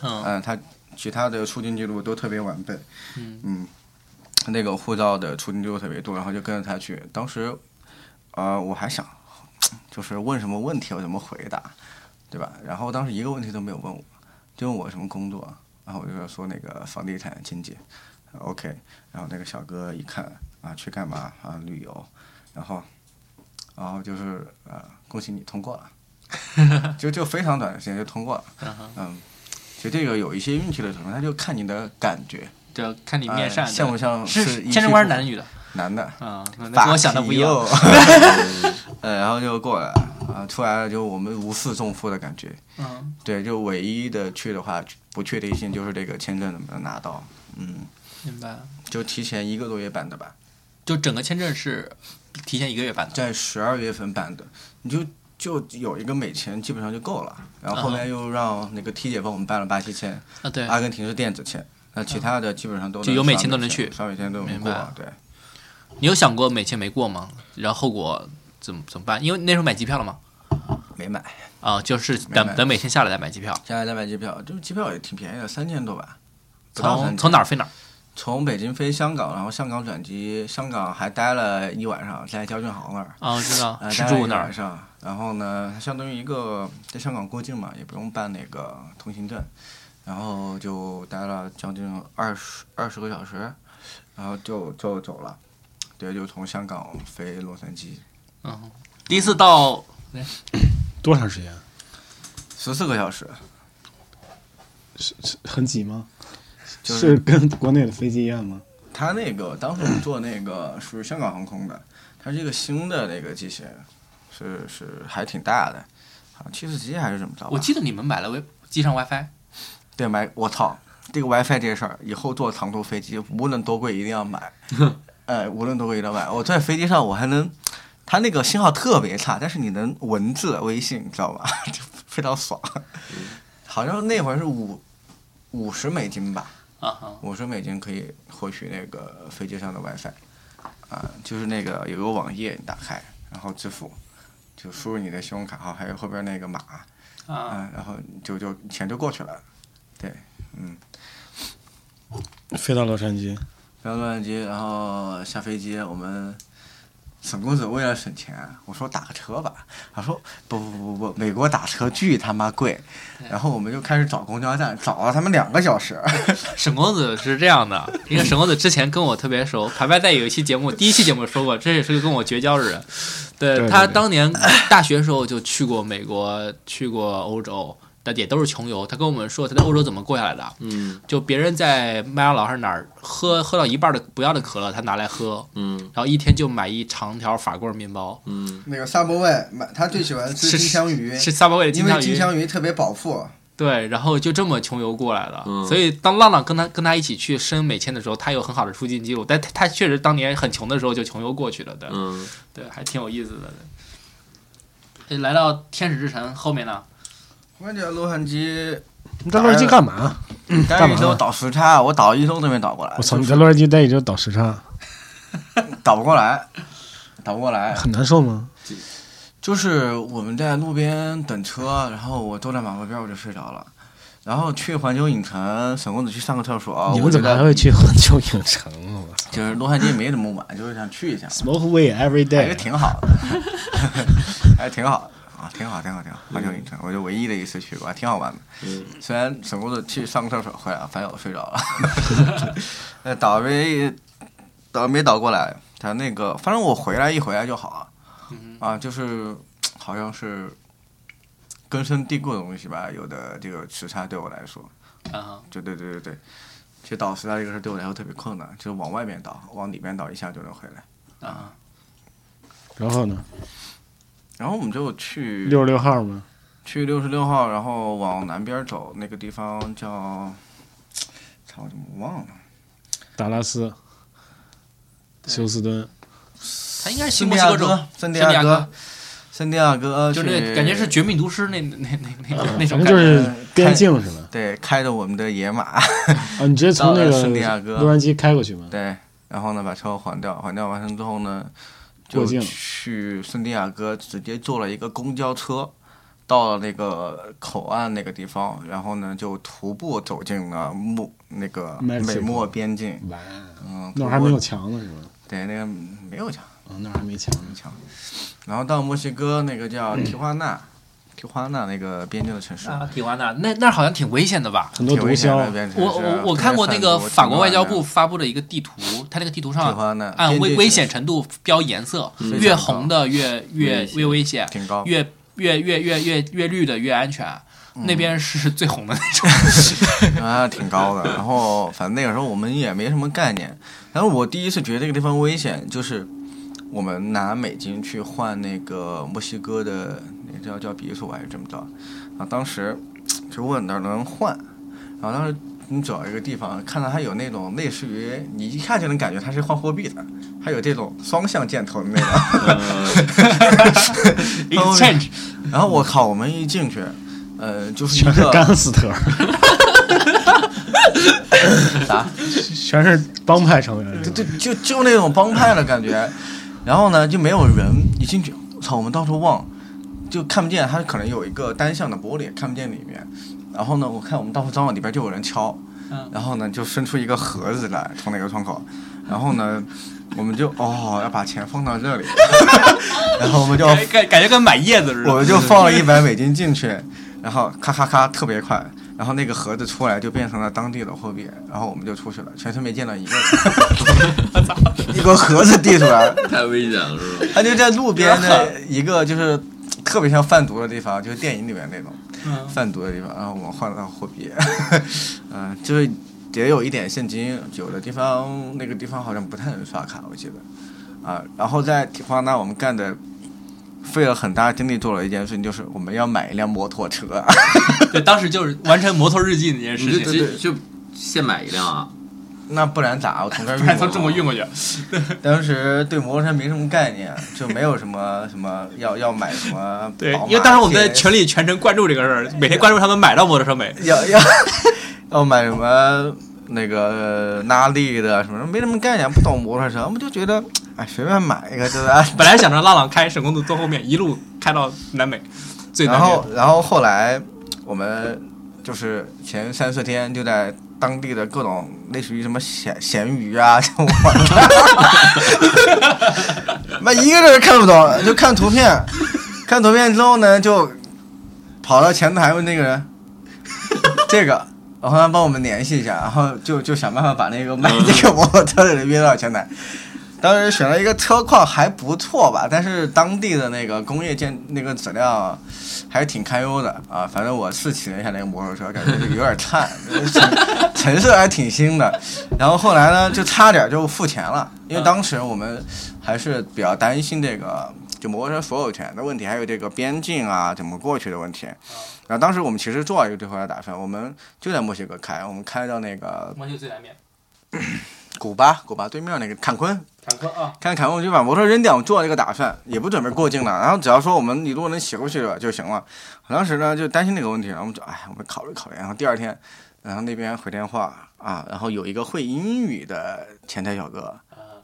Speaker 3: 嗯
Speaker 6: 呃嗯，他其他的出境记录都特别完备，
Speaker 3: 嗯
Speaker 6: 嗯，那个护照的出境记录特别多，然后就跟着他去。当时，呃，我还想，就是问什么问题我怎么回答，对吧？然后当时一个问题都没有问我，就问我什么工作，然后我就说那个房地产经济，OK。然后那个小哥一看啊，去干嘛啊？旅游，然后，然后就是呃，恭喜你通过了， 就就非常短的时间就通过了。嗯，其实这个有一些运气的成分，他就看你的感觉，
Speaker 3: 对，看你面
Speaker 6: 呃
Speaker 3: 善对
Speaker 6: 像不像
Speaker 3: 是
Speaker 6: 是一
Speaker 3: 签证
Speaker 6: 批
Speaker 3: 官是
Speaker 6: 复
Speaker 3: 男的女的
Speaker 6: 男的，
Speaker 3: 啊？那跟我想的不一 样。
Speaker 6: 法提肉。呃，然后就过来了啊，出来了就我们无视重负的感觉。
Speaker 3: 嗯，
Speaker 6: 对，就唯一的去的话，不确定性就是这个签证能不能拿到。嗯，
Speaker 3: 明白。
Speaker 6: 就提前一个多月办的吧，
Speaker 3: 就整个签证是提前一个月办的。
Speaker 6: 在十二月份办的，你就。就有一个美签，基本上就够了。然后后面又让那个 T 姐帮我们办了巴西签，
Speaker 3: 啊，嗯对，嗯
Speaker 6: 阿根廷是电子签，那其他的基本上都
Speaker 3: 就有美签都能去
Speaker 6: 双美签都能
Speaker 3: 明
Speaker 6: 过
Speaker 3: 白。
Speaker 6: 对，
Speaker 3: 你有想过美签没过吗？然后后果怎么怎么办？因为那时候买机票了吗？
Speaker 6: 没买，
Speaker 3: 啊，就是
Speaker 6: 没买
Speaker 3: 等等美签下来再买机票，
Speaker 6: 现在在买机票，就机票也挺便宜的，三千多吧。不到
Speaker 3: 从
Speaker 6: 3000
Speaker 3: 从哪儿飞哪儿。
Speaker 6: 从北京飞香港，然后香港转机，香港还待了一晚上，在焦俊豪那儿，
Speaker 3: 啊，我知道
Speaker 6: 呃，
Speaker 3: 吃
Speaker 6: 待了
Speaker 3: 住
Speaker 6: 一
Speaker 3: 那
Speaker 6: 晚
Speaker 3: 儿
Speaker 6: 上。然后呢，相当于一个在香港过境嘛，也不用办那个通行证，然后就待了将近二十二十个小时，然后就就走了。对，就从香港飞洛杉矶，
Speaker 3: 嗯，第一次到
Speaker 4: 多长时间？
Speaker 6: 十四个小时，
Speaker 4: 是是很挤吗？
Speaker 6: 就是
Speaker 4: 是跟国内的飞机一样吗？
Speaker 6: 他那个当时我们坐那个是香港航空的，它是一个新的那个机型，是是还挺大的，啊，七四七还是怎么着吧？
Speaker 3: 我记得你们买了微机上 WiFi，
Speaker 6: 对买，我操，这个 WiFi 这事儿，以后坐长途飞机无论多贵一定要 买，呃，无论多贵一定要买。我在飞机上我还能，它那个信号特别差，但是你能文字微信，你知道吧？ 就非常爽。
Speaker 3: 嗯
Speaker 6: 好像那会儿是五五十美金吧，
Speaker 3: 啊哈，
Speaker 6: 五十美金可以获取那个飞机上的 WiFi，啊、就是那个有个网页，你打开，然后支付，就输入你的信用卡号，还有后边那个码，啊、
Speaker 3: 啊，
Speaker 6: 然后就就钱就过去了。对，嗯，
Speaker 4: 飞到洛杉矶，
Speaker 6: 飞到洛杉矶，然后下飞机，我们沈公子为了省钱，啊我说打个车吧，他说不不不不不，美国打车巨他妈贵，然后我们就开始找公交站，找了他们两个小时。
Speaker 3: 啊沈公子是这样的，因为沈公子之前跟我特别熟，排排在有一期节目，第一期节目说过，这也是个跟我绝交的人。对
Speaker 4: 对对
Speaker 3: 他
Speaker 4: 对
Speaker 3: 当年大学时候就去过美国，去过欧洲，但也都是穷游。他跟我们说他在欧洲怎么过下来的，
Speaker 5: 嗯
Speaker 3: 就别人在麦当劳还是哪儿喝喝到一半的不要的可乐，他拿来喝，
Speaker 5: 嗯
Speaker 3: 然后一天就买一长条法棍面包，
Speaker 5: 嗯，
Speaker 6: 那个萨博味，买他最喜欢吃
Speaker 3: 是
Speaker 6: 金枪鱼，
Speaker 3: 是萨巴威的
Speaker 6: 哎因
Speaker 3: 金
Speaker 6: 为
Speaker 3: 枪
Speaker 6: 金
Speaker 3: 鱼。
Speaker 6: 枪鱼特别饱腹，
Speaker 3: 对，然后就这么穷游过来的。
Speaker 5: 嗯
Speaker 3: 所以当浪浪跟他跟他一起去申美签的时候，他有很好的出境记录，但他他确实当年很穷的时候就穷游过去了，对，
Speaker 5: 嗯，
Speaker 3: 对，还挺有意思的。对哎来到天使之城后面呢，
Speaker 6: 我感觉洛杉矶哎
Speaker 4: 你在洛杉矶干嘛？
Speaker 6: 待
Speaker 4: 干
Speaker 6: 一
Speaker 4: 嘛
Speaker 6: 周倒时差，我倒一周都没倒过来，
Speaker 4: 我操！
Speaker 6: 就
Speaker 4: 你
Speaker 6: 是
Speaker 4: 在洛杉矶待一周倒时差，
Speaker 6: 倒不过来，倒不过来。
Speaker 4: 很难受吗？
Speaker 6: 就是我们在路边等车，然后我坐在马路边我就睡着了，然后去环球影城，沈公子去上个厕所，
Speaker 4: 你
Speaker 6: 我
Speaker 4: 们
Speaker 6: 觉
Speaker 4: 怎么还
Speaker 6: 得
Speaker 4: 会去环球影城啊？我操
Speaker 6: 就是洛杉矶没怎么玩，就是想去一下，
Speaker 4: ！Smoke weed every
Speaker 6: 还是
Speaker 4: day。
Speaker 6: 挺好的，还挺好的啊，挺好，挺好，挺好。环球影城，我就唯一的一次去过，还挺好玩的。
Speaker 5: 嗯
Speaker 6: 虽然沈公子去上个厕所回来，反正我睡着了， 那倒没倒没倒过来。他那个，反正我回来一回来就好
Speaker 3: 嗯，
Speaker 6: 啊，就是好像是根深蒂固的东西吧。有的这个时差对我来说，
Speaker 3: 啊，
Speaker 6: 就对对对对，其实倒时差这个事儿对我来说特别困难，就是往外面倒，往里面倒一下就能回来。
Speaker 3: 啊，
Speaker 4: 然后呢？
Speaker 6: 然后我们就去
Speaker 4: 六十六号吗？
Speaker 6: 去六十六号，然后往南边走，那个地方叫，操，我怎么忘了？
Speaker 4: 达拉斯、休斯敦，
Speaker 3: 他应该是新
Speaker 6: 圣
Speaker 3: 墨
Speaker 6: 地
Speaker 3: 西
Speaker 6: 亚
Speaker 3: 哥州，
Speaker 6: 哥，圣地
Speaker 3: 地亚
Speaker 6: 亚
Speaker 3: 哥
Speaker 6: 哥，圣地亚哥
Speaker 3: 就
Speaker 6: 去
Speaker 3: 那感觉是《绝命毒师》那那那那那那
Speaker 4: 啊反
Speaker 3: 种感
Speaker 4: 正就
Speaker 3: 觉。
Speaker 4: 是边境是吧？
Speaker 6: 对，开着我们的野马，
Speaker 4: 啊，你直接从那
Speaker 6: 到
Speaker 4: 个
Speaker 6: 了圣地亚哥
Speaker 4: 洛杉矶开过去吗？
Speaker 6: 对，然后呢把车还掉，还掉完成之后呢，
Speaker 4: 过
Speaker 6: 就
Speaker 4: 境
Speaker 6: 去圣地亚哥直接坐了一个公交车，到了那个口岸那个地方，然后呢就徒步走进了墨那个
Speaker 4: Mexico
Speaker 6: 美墨边境。
Speaker 4: 哇，
Speaker 6: 嗯，
Speaker 4: 那儿还没有墙呢是吧？
Speaker 6: 对那个没有墙，
Speaker 4: 啊，那儿还没墙呢
Speaker 6: 没。墙。然后到墨西哥那个叫提花纳，提花纳那个边境的城市，
Speaker 3: 啊，提华纳那那儿好像挺危险的吧？
Speaker 4: 很多
Speaker 6: 挺
Speaker 4: 毒
Speaker 6: 危险的
Speaker 4: 枭，
Speaker 6: 边境
Speaker 3: 我
Speaker 6: 城市啊
Speaker 3: 我我看过那个
Speaker 6: 特别散毒
Speaker 3: 法国外交
Speaker 6: 挺乱
Speaker 3: 部发布的一个地图，它那个地图
Speaker 6: 的
Speaker 3: 上
Speaker 6: 提花纳
Speaker 3: 按
Speaker 6: 边
Speaker 3: 危
Speaker 6: 境
Speaker 3: 危
Speaker 6: 城
Speaker 3: 险
Speaker 6: 市
Speaker 3: 程度标颜色，
Speaker 6: 嗯
Speaker 3: 越红的越越
Speaker 5: 危险
Speaker 3: 越危险，
Speaker 6: 挺高，
Speaker 3: 越越越越越越绿的越安全。
Speaker 6: 嗯
Speaker 3: 那边是最红的那 种，
Speaker 6: 啊，挺高的。然后反正那个时候我们也没什么概念。然后我第一次觉得这个地方危险，就是我们拿美金去换那个墨西哥的那叫叫比索还是怎么着啊？当时就问哪儿能换，然后当时。你找一个地方，看到它有那种类似于你一看就能感觉它是换货币的，它有这种双向箭头的那种，
Speaker 3: exchange
Speaker 6: 然后我靠，我们一进去，呃，就是一个
Speaker 4: 干死特，
Speaker 6: 啥，
Speaker 4: 全是帮派成员。
Speaker 6: 就就就那种帮派的感觉。然后呢，就没有人，一进去，我操，我们到处望，就看不见，它可能有一个单向的玻璃，看不见里面。然后呢，我看我们到处张望，里边就有人敲
Speaker 3: 嗯，
Speaker 6: 然后呢就伸出一个盒子来，从那个窗口，然后呢。我们就哦，要把钱放到这里， 然后我们 就
Speaker 3: 感感感觉跟买叶子似
Speaker 6: 我
Speaker 3: 的。
Speaker 6: 们就放了一百美金进去，然后咔咔咔特别快，然后那个盒子出来就变成了当地的货币，然后我们就出去了，全程没见到一个人， 一个盒子递出来，
Speaker 5: 太危险了，是吧？
Speaker 6: 他就在路边的一个就是特别像贩毒的地方，就是电影里面那种
Speaker 3: 嗯
Speaker 6: 贩毒的地方，然后我们换了货币， 嗯、就是也有一点现金，有的地方那个地方好像不太能刷卡，我记得，啊，然后在提花纳我们干的。费了很大精力做了一件事情，就是我们要买一辆摩托车。
Speaker 3: 对，当时就是完成摩托日记那件
Speaker 5: 你就
Speaker 3: 事情，
Speaker 5: 直就现买一辆啊，
Speaker 6: 那不然咋？我从这儿
Speaker 3: 不然
Speaker 6: 运
Speaker 3: 从中国运过去。
Speaker 6: 当时对摩托车没什么概念，就没有什么什么要要买什么。
Speaker 3: 对，因为当时我们在群里全程关注这个事儿，每天关注他们买到摩托车没。
Speaker 6: 要要要买什么那个拉力的啊什么，没什么概念，不懂摩托车，我们就觉得哎随便买一个就是。哎
Speaker 3: 本来想着浪浪开沈公子坐后面，一路开到南美，最南
Speaker 6: 然
Speaker 3: 边
Speaker 6: 后。然后后来我们就是前三四天就在当地的各种类似于什么咸咸鱼啊， 这种玩儿妈一个字儿看不懂，就看图片，看图片之后呢，就跑到前台问那个人这个。然后他帮我们联系一下，然后就就想办法把那个卖那个摩托车的人约到前台。当时选了一个车况还不错吧，但是当地的那个工业建那个质量还是挺堪忧的啊。反正我试骑了一下那个摩托车，感觉有点 颤，成成色还挺新的。然后后来呢，就差点就付钱了，因为当时我们还是比较担心这个就摩托车所有权的问题，还有这个边境啊怎么过去的问题。然后当时我们其实做了一个最后的打算，我们就在墨西哥开，我们开到那个
Speaker 3: 墨西哥最南面，
Speaker 6: 古巴，古巴对面那个坎昆，
Speaker 3: 坎昆啊，
Speaker 6: 看凯文就把摩托扔掉，我们做了一个打算，也不准备过境了。然后只要说我们一路能骑回去就行了。我当时呢就担心那个问题，然后我们就哎，我们考虑考虑。然后第二天，然后那边回电话啊，然后有一个会英语的前台小哥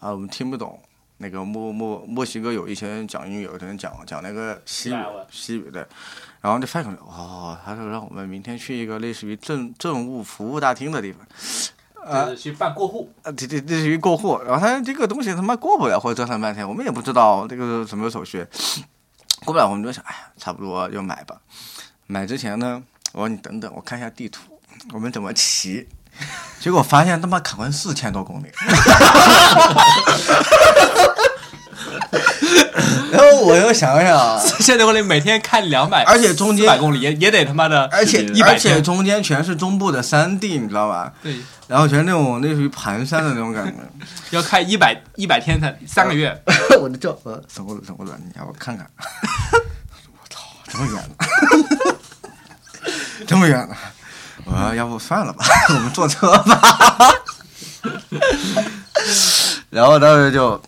Speaker 6: 啊，我们听不懂。那个墨墨墨西哥有一些人讲英语，有的人讲讲那个西语
Speaker 3: 西班牙文
Speaker 6: 西语对。然后就发现哦，他说让我们明天去一个类似于政政务服务大厅的地方，啊
Speaker 3: 就是去办过户，
Speaker 6: 呃，这这这是于过户，然后他这个东西他妈过不了，或者折腾半天，我们也不知道这个是什么手续，过不了，我们就想，哎呀，差不多就买吧。买之前呢，我说你等等，我看一下地图，我们怎么骑。 结果发现他妈砍完四千多公里， 然后我又想想啊，
Speaker 3: 现在我得每天开两百，
Speaker 6: 而且中间
Speaker 3: 百公里也也得他妈的，
Speaker 6: 而且
Speaker 3: 一百
Speaker 6: 而且
Speaker 3: 天。
Speaker 6: 中间全是中部的山地，你知道吧？
Speaker 3: 对，
Speaker 6: 然后全是那种类似于盘山的那种感觉。
Speaker 3: 要开一百一百天才三个月，
Speaker 6: 我就叫呃，怎么怎么了？你让我看看。 我操，这么远呢？这么远呢？我说要不算了吧， 我们坐车吧。 然后当时就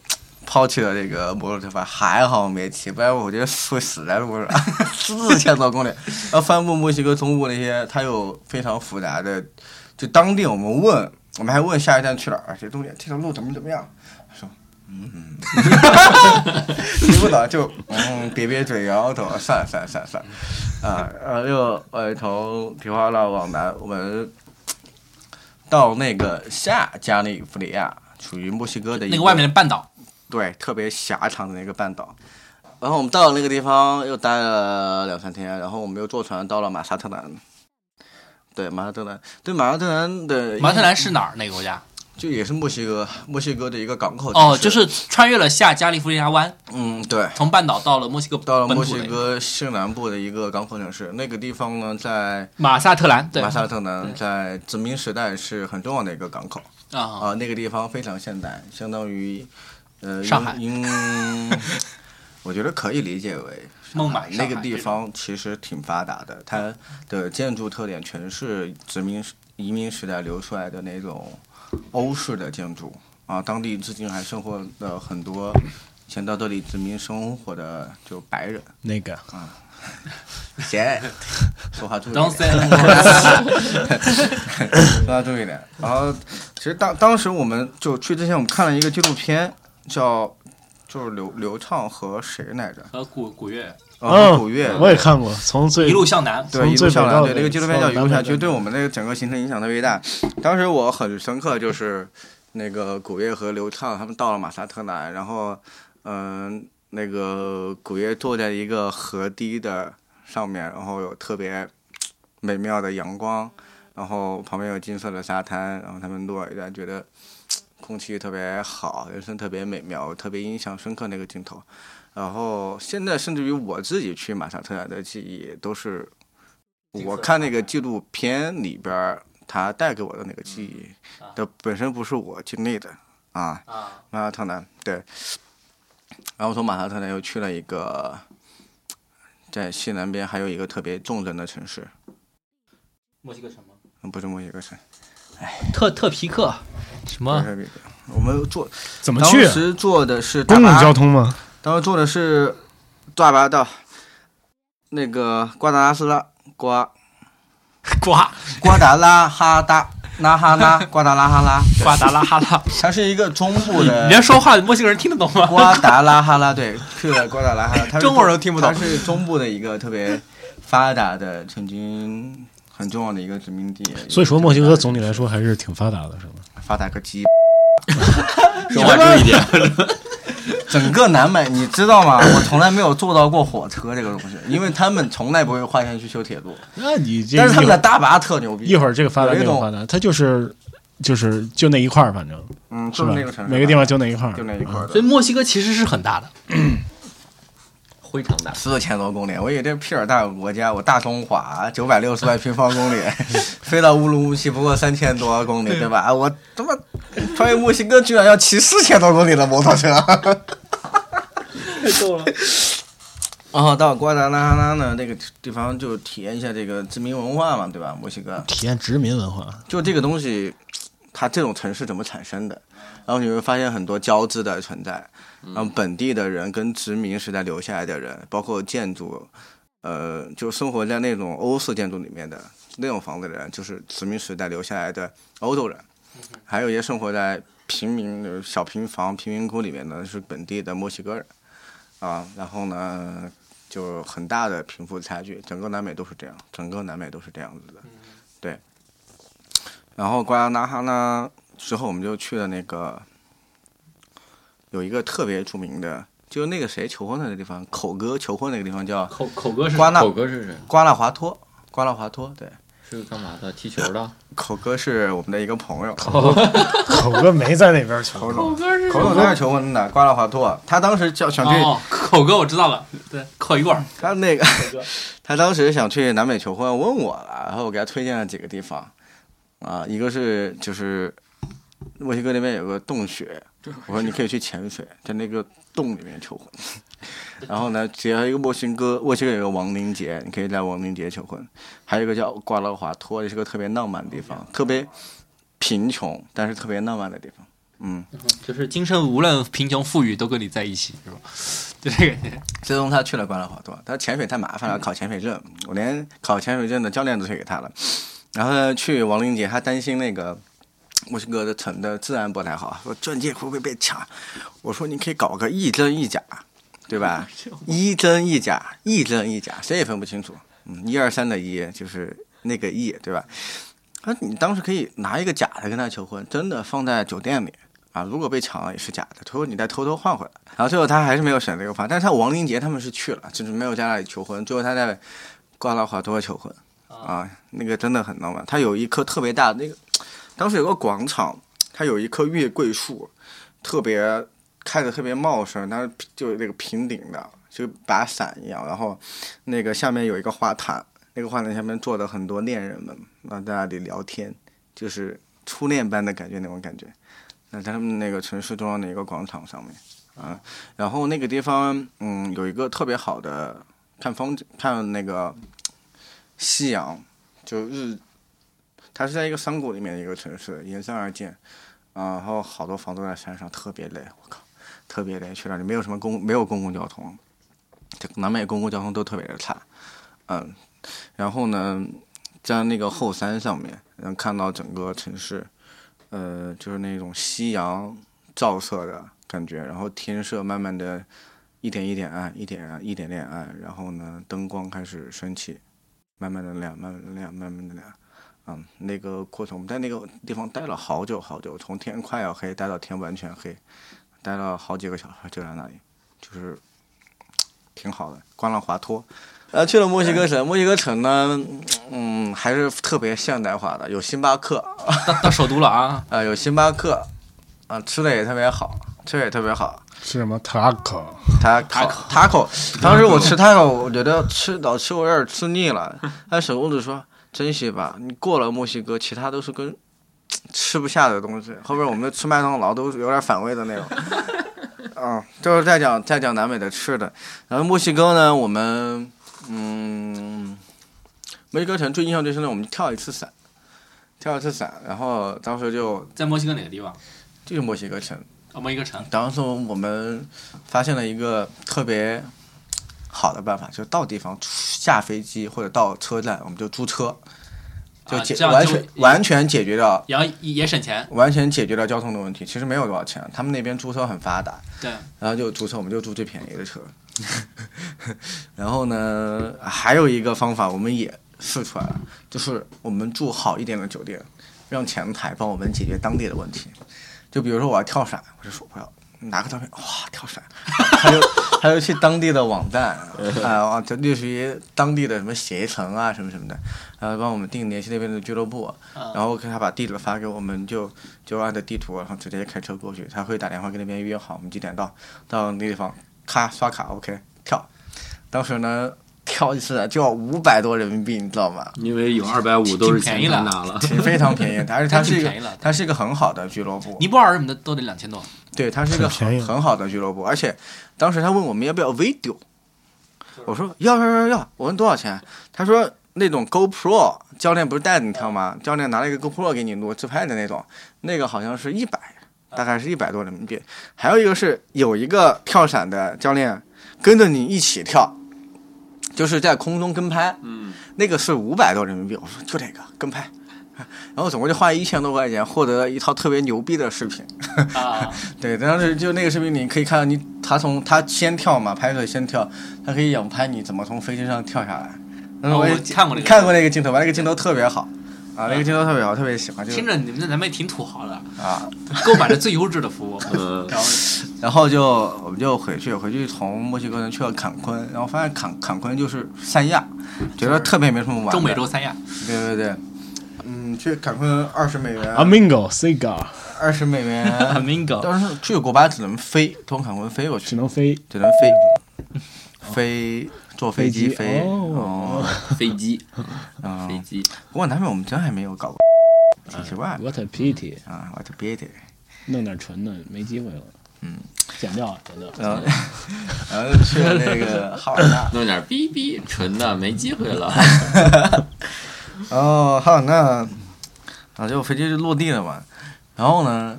Speaker 6: 抛弃了这个摩托车吧，还好没骑，不然我觉得会死在路上。 四千多公 里，然后翻过墨西哥中部那些，它有非常复杂的，啊就当地我们问，我们还问下一站去哪儿，这东西这条路怎么怎么样。说嗯 听不懂就嗯瘪瘪嘴，摇摇头，算了算了算了算了，啊，呃，又呃从提花浪往南，我们到那个下加利福尼亚，属于墨西哥的一
Speaker 3: 那个外面的半岛，
Speaker 6: 对，特别狭长的一个半岛。然后我们到了那个地方又待了两三天，然后我们又坐船到了马萨特兰。对马萨特兰，对马萨特兰的
Speaker 3: 马特兰是哪儿？哪个国家？
Speaker 6: 就也是墨西哥，墨西哥的一个港口城市
Speaker 3: 哦，就是穿越了下加利福尼亚湾，
Speaker 6: 嗯，对，
Speaker 3: 从半岛到了墨西哥，
Speaker 6: 到了墨西，哥西南部的一个港口城市。那个地方呢，在
Speaker 3: 马萨特兰，对，啊
Speaker 6: 马萨特兰在殖民时代是很重要的一个港口
Speaker 3: 啊，
Speaker 6: 啊、那个地方非常现代，相当于呃
Speaker 3: 上海
Speaker 6: 英， 英我觉得可以理解为
Speaker 3: 孟买
Speaker 6: 那个
Speaker 3: 上海
Speaker 6: 地方其实挺发达的，它的建筑特点全是殖民时移民时代留出来的那种欧式的建筑啊。当地至今还生活了很多以前到这里殖民生活的就白人。
Speaker 4: 那个
Speaker 6: 闲，说话注意点，
Speaker 3: Don't say
Speaker 6: 说话注意点。然后，其实当当时我们就去之前，我们看了一个纪录片，叫就是刘刘畅和谁来着？
Speaker 3: 和古古月
Speaker 6: 呃，古月。
Speaker 4: 嗯哦我也看过，从最
Speaker 3: 一路向南，
Speaker 6: 对，
Speaker 4: 从
Speaker 6: 一路
Speaker 4: 最
Speaker 6: 向
Speaker 4: 北
Speaker 6: 南，
Speaker 4: 到
Speaker 6: 对那个
Speaker 4: 北
Speaker 6: 纪录片叫《一路
Speaker 4: 到
Speaker 6: 向
Speaker 4: 南
Speaker 6: 其实对我们那个整个行程影响特别大。当时我很深刻，就是那个古月和刘畅他们到了马萨特兰，然后，嗯、那个古月坐在一个河堤的上面，然后有特别美妙的阳光，然后旁边有金色的沙滩，然后他们落一段，觉得空气特别好，人生特别美妙，特别印象深刻那个镜头。然后现在甚至于我自己去马萨特兰的记忆都是
Speaker 3: 金色啊
Speaker 6: 我
Speaker 3: 的
Speaker 6: 看那个纪录片里边儿他带给我的那个记忆
Speaker 3: 啊
Speaker 6: 的本身不是我经历的啊，
Speaker 3: 啊，
Speaker 6: 马萨特兰对。然后从马萨特兰又去了一个在西南边还有一个特别重人的城市，
Speaker 3: 墨西哥什么？
Speaker 6: 嗯不是墨西哥城，
Speaker 3: 特特皮克，什
Speaker 6: 不
Speaker 3: 么？
Speaker 6: 是别的我们坐
Speaker 4: 怎么
Speaker 6: 当
Speaker 4: 去啊？
Speaker 6: 时坐的是大
Speaker 4: 公共
Speaker 6: 巴
Speaker 4: 交通吗？
Speaker 6: 当时坐的是大巴到那个瓜达拉斯拉 瓜
Speaker 3: 瓜
Speaker 6: 瓜达拉哈达拉哈拉瓜达拉哈拉，
Speaker 3: 瓜达拉哈拉，
Speaker 6: 它是一个中部的
Speaker 3: 你这说话墨西哥人听得懂吗？
Speaker 6: 瓜达拉哈拉，对，去了瓜达拉哈拉，它是
Speaker 3: 中国人都听不懂
Speaker 6: 它是中部的一个特别发达的，曾经很重要的一个殖民地。
Speaker 4: 所以说，墨西哥总体来说还是挺发达的，是吗？
Speaker 6: 发达个鸡，
Speaker 5: 说话注意点。
Speaker 6: 整个南美你知道吗？我从来没有坐到过火车这个东西，因为他们从来不会花钱去修铁路，
Speaker 4: 那你这
Speaker 6: 但是他们的大巴特牛逼。
Speaker 4: 一会儿这个发达
Speaker 6: 有一
Speaker 4: 那
Speaker 6: 种
Speaker 4: 个发达，它就是就是就那一块儿，反正
Speaker 6: 嗯，
Speaker 4: 是
Speaker 6: 就是
Speaker 4: 吧
Speaker 6: 那个城？市，
Speaker 4: 每个地方就那一块儿，
Speaker 6: 就那一块
Speaker 4: 嗯
Speaker 6: 儿的
Speaker 3: 所以。墨西哥其实是很 大的，
Speaker 5: 非常大，
Speaker 6: 四千多公里，我以为这屁儿大个国家，我大中华九百六十万平方公里， 飞到乌鲁木齐不过三千多公里，对吧？啊我他妈穿越墨西哥居然要骑四千多公里的摩托车，
Speaker 3: 太 逗了。
Speaker 6: 然后哦到瓜达拉哈拉呢那个地方就体验一下这个殖民文化嘛，对吧？墨西哥
Speaker 4: 体验殖民文化，
Speaker 6: 就这个东西，它这种城市怎么产生的？然后你会发现很多交织的存在，然后本地的人跟殖民时代留下来的人，包括建筑，呃，就生活在那种欧式建筑里面的那种房子的人，就是殖民时代留下来的欧洲人，还有一些生活在平民呃小平房、贫民窟里面的是本地的墨西哥人，啊，然后呢。就很大的贫富差距，整个南美都是这样，整个南美都是这样子的。然后瓜达拉哈呢之后，我们就去了那个有一个特别著名的，就是那个谁求婚的那个地方，口哥求婚那个地方叫
Speaker 3: 口口哥是
Speaker 6: 瓜纳
Speaker 5: 狗哥是谁？
Speaker 6: 瓜纳华托，瓜纳华托。对，
Speaker 5: 是干嘛的？踢球的？
Speaker 6: 口哥是我们的一个朋友，
Speaker 4: 口哥没在那边去，
Speaker 6: 口总，口总那是求婚的，瓜纳华托，他当时叫想去，
Speaker 3: 哦，口哥我知道了，对，口一罐儿，
Speaker 6: 他那个
Speaker 3: 哥
Speaker 6: 他当时想去南美求婚，问我了，然后我给他推荐了几个地方，啊、一个是就是墨西哥那边有个洞穴，我说你可以去潜水，在那个洞里面求婚。 然后呢，结合一个墨西哥，墨西哥有个亡灵节，你可以在亡灵节求婚。还有一个叫瓜拉华托，也是个特别浪漫的地方，特别贫穷，但是特别浪漫的地方。嗯，
Speaker 3: 就是今生无论贫穷富裕都跟你在一起，是吧？ 就这个
Speaker 6: 最终他去了瓜拉华多，他潜水太麻烦了，考潜水证，我连考潜水证的教练都推给他了。然后呢，去亡灵节，他担心那个墨西哥的城的治安不太好，说钻戒会不会被抢？我说你可以搞个一真一假，对吧？一真一假，一真一假，谁也分不清楚。嗯，一二三的一就是那个一，对吧？啊，你当时可以拿一个假的跟他求婚，真的放在酒店里啊，如果被抢了也是假的，最后你再偷偷换回来。然后最后他还是没有选这个方案，但是他王林杰他们是去了，就是没有在那里求婚，最后他在瓜拉华多求婚啊，那个真的很浪漫。他有一棵特别大的那个，当时有个广场，它有一棵月桂树，特别开的特别茂盛，它就那个平顶的，就把伞一样，然后那个下面有一个花坛，那个花坛下面坐的很多恋人们，那在那里聊天，就是初恋般的感觉那种感觉。那在他们那个城市中央的一个广场上面，啊，然后那个地方，嗯，有一个特别好的看风景，看那个嗯夕阳，就日，它是在一个山谷里面的一个城市，沿山而建，然后好多房都在山上，特别累，我靠，特别累，去那里没有什么公，没有公共交通，这南美公共交通都特别的差，嗯，然后呢，在那个后山上面能看到整个城市，呃，就是那种夕阳照射的感觉，然后天色慢慢的。一点一点暗，一点暗一点点暗，然后呢，灯光开始升起，慢慢的亮，慢慢的亮，慢慢的亮。嗯，那个过程，我们在那个地方待了好久好久，从天快要黑待到天完全黑，待了好几个小时，就在那里，就是挺好的，观浪滑脱。呃，去了墨西哥城，墨西哥城呢，嗯，还是特别现代化的，有星巴克，
Speaker 3: 到到首都了啊，
Speaker 6: 啊、有星巴克，啊、吃的也特别好，吃的也特别好。
Speaker 1: 吃什么 taco？
Speaker 6: 塔塔塔口，当时我吃塔口，我觉得吃老吃我有点吃腻了。但小公主说：“珍惜吧，你过了墨西哥，其他都是跟吃不下的东西。后边我们吃麦当劳都是有点反胃的那种。”嗯，就是在讲在讲南美的吃的。然后墨西哥呢，我们嗯，墨西哥城最印象最深的，我们跳一次伞，跳一次伞，然后当时就
Speaker 3: 在墨西哥哪个地方？
Speaker 6: 就是墨西哥城。
Speaker 3: 啊，墨西哥城。
Speaker 6: 当时我们发现了一个特别好的办法，就是到地方下飞机或者到车站，我们就租车，就
Speaker 3: 啊
Speaker 6: 解、
Speaker 3: 这样
Speaker 6: 完
Speaker 3: 就
Speaker 6: 全完全解决掉
Speaker 3: 然后也也省钱，
Speaker 6: 完全解决掉交通的问题。其实没有多少钱，他们那边租车很发达，
Speaker 3: 对，
Speaker 6: 然后就租车，我们就租最便宜的车。 然后呢，还有一个方法我们也试出来了，就是我们住好一点的酒店，让前台帮我们解决当地的问题。就比如说我要跳伞，我就说我要拿个照片，哇，跳伞， 他就他就去当地的网站啊，啊，就类似于当地的什么携程啊，什么什么的，然后帮我们订联系那边的俱乐部，啊然后给他把地址发给我们，就就按着地图，然后直接开车过去。他会打电话跟那边约好，我们几点到，到那地方，咔刷卡，OK，跳。当时呢，跳一次就要五百多人民币，你知道吗？
Speaker 5: 因为有二百五都是 钱他拿了，
Speaker 6: 挺非常 便宜的，而且它是一
Speaker 3: 那挺便宜
Speaker 6: 个
Speaker 3: 了
Speaker 6: 它是一个很好的俱乐部。
Speaker 3: 尼泊尔什么的都得两千多，
Speaker 6: 对，它是一个
Speaker 1: 很便宜
Speaker 6: 很很好的俱乐部，而且当时他问我们要不要 video，我说要要要要，我问多少钱，他说那种 GoPro 教练不是带着你跳吗？教练拿了一个 GoPro 给你录自拍的那种，那个好像是一百，大概是一百多人民币。还有一个是有一个跳伞的教练跟着你一起跳，就是在空中跟拍，
Speaker 5: 嗯，
Speaker 6: 那个是五百多人民币，我说就这个跟拍。然后总共就花一千多块钱，获得了一套特别牛逼的视频。
Speaker 3: 啊，
Speaker 6: 对，当时就那个视频，你可以看到你他从他先跳嘛，拍摄先跳，他可以仰拍你怎么从飞机上跳下来。但是
Speaker 3: 哦
Speaker 6: 我也
Speaker 3: 我看过那个
Speaker 6: 看过那个镜头吧，那个镜头特别好啊，那个镜头特别好，特别喜欢，就
Speaker 3: 听
Speaker 6: 是
Speaker 3: 着你们在南美挺土豪的，
Speaker 6: 啊，
Speaker 3: 购买了最优质的服务，
Speaker 5: 呃，
Speaker 3: 然后
Speaker 6: 然后就我们就回去，回去从墨西哥人去了坎昆，然后发现坎坎昆就是三亚，觉得特别没什么玩的。
Speaker 3: 中美洲三亚，，
Speaker 6: 对对对，嗯，去坎昆二十美
Speaker 1: 阿
Speaker 6: 元，
Speaker 1: 明 o cigar
Speaker 6: 二十美元
Speaker 3: Mingo
Speaker 6: 当时去古巴只能飞，从坎昆飞过去
Speaker 1: 只。能飞
Speaker 6: 只能飞， 飞坐飞机
Speaker 1: 飞机
Speaker 6: 飞。
Speaker 1: 哦
Speaker 6: 哦，
Speaker 5: 飞机， 飞
Speaker 6: 嗯，
Speaker 5: 机，
Speaker 6: 不过南美我们真还没有搞过，挺奇怪的
Speaker 1: ，what a pity！
Speaker 6: 啊，我就别得。
Speaker 1: 弄点纯的没机会了，
Speaker 6: 嗯，
Speaker 1: 剪掉剪
Speaker 4: 嗯
Speaker 1: 掉。
Speaker 6: 然后， 然后就去了那个哈瓦 那，
Speaker 5: 弄点逼逼，纯的没机会 了。
Speaker 6: 然后哈瓦那，啊，就飞机就落地了嘛。然后呢，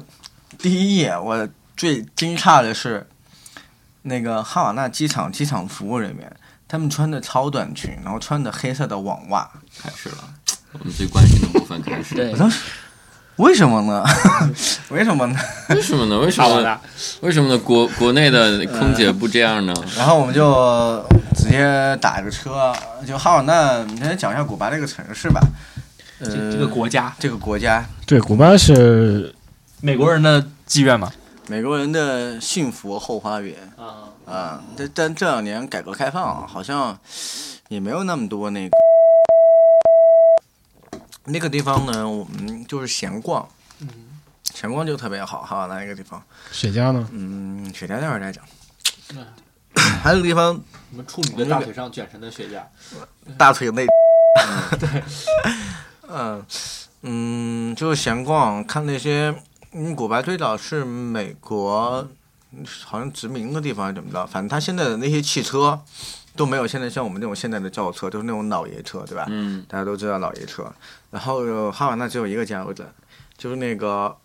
Speaker 6: 第一眼我最惊诧的是，那个哈瓦那机场机场服务人员，他们穿的超短裙，然后穿的黑色的网袜。
Speaker 5: 开始了，我们最关心的部分开始。
Speaker 1: 对
Speaker 6: 我，当时为什么呢？ 为什么呢？
Speaker 5: 为什么呢？为什么呢？为什么呢？国国内的空姐不这样呢？
Speaker 6: 然后我们就直接打个车，就哈瓦那，你先讲一下古巴这个城市吧。呃，
Speaker 3: 这这个国家，
Speaker 6: 这个国家，
Speaker 4: 对，古巴是
Speaker 3: 美国人的妓院嘛。
Speaker 6: 美国人的幸福后花园
Speaker 3: 啊，
Speaker 6: 啊。但但这两年改革开放，好像也没有那么多那个那个地方呢，我们就是闲逛，
Speaker 3: 嗯，
Speaker 6: 闲逛就特别好。哈瓦那那个地方，
Speaker 4: 雪茄呢，
Speaker 6: 嗯，雪茄待会儿再讲
Speaker 3: 嗯。
Speaker 6: 还有一个地方，
Speaker 3: 我们处女的大腿上卷成的雪茄，
Speaker 6: 大腿内， 对，嗯嗯，就是闲逛看那些，嗯，古巴最早是美国好像殖民的地方还是怎么着，反正他现在的那些汽车都没有现在像我们这种现在的轿车，都是那种老爷车，对吧？
Speaker 5: 嗯，
Speaker 6: 大家都知道老爷车。然后呃哈瓦那只有一个加油站，就是那个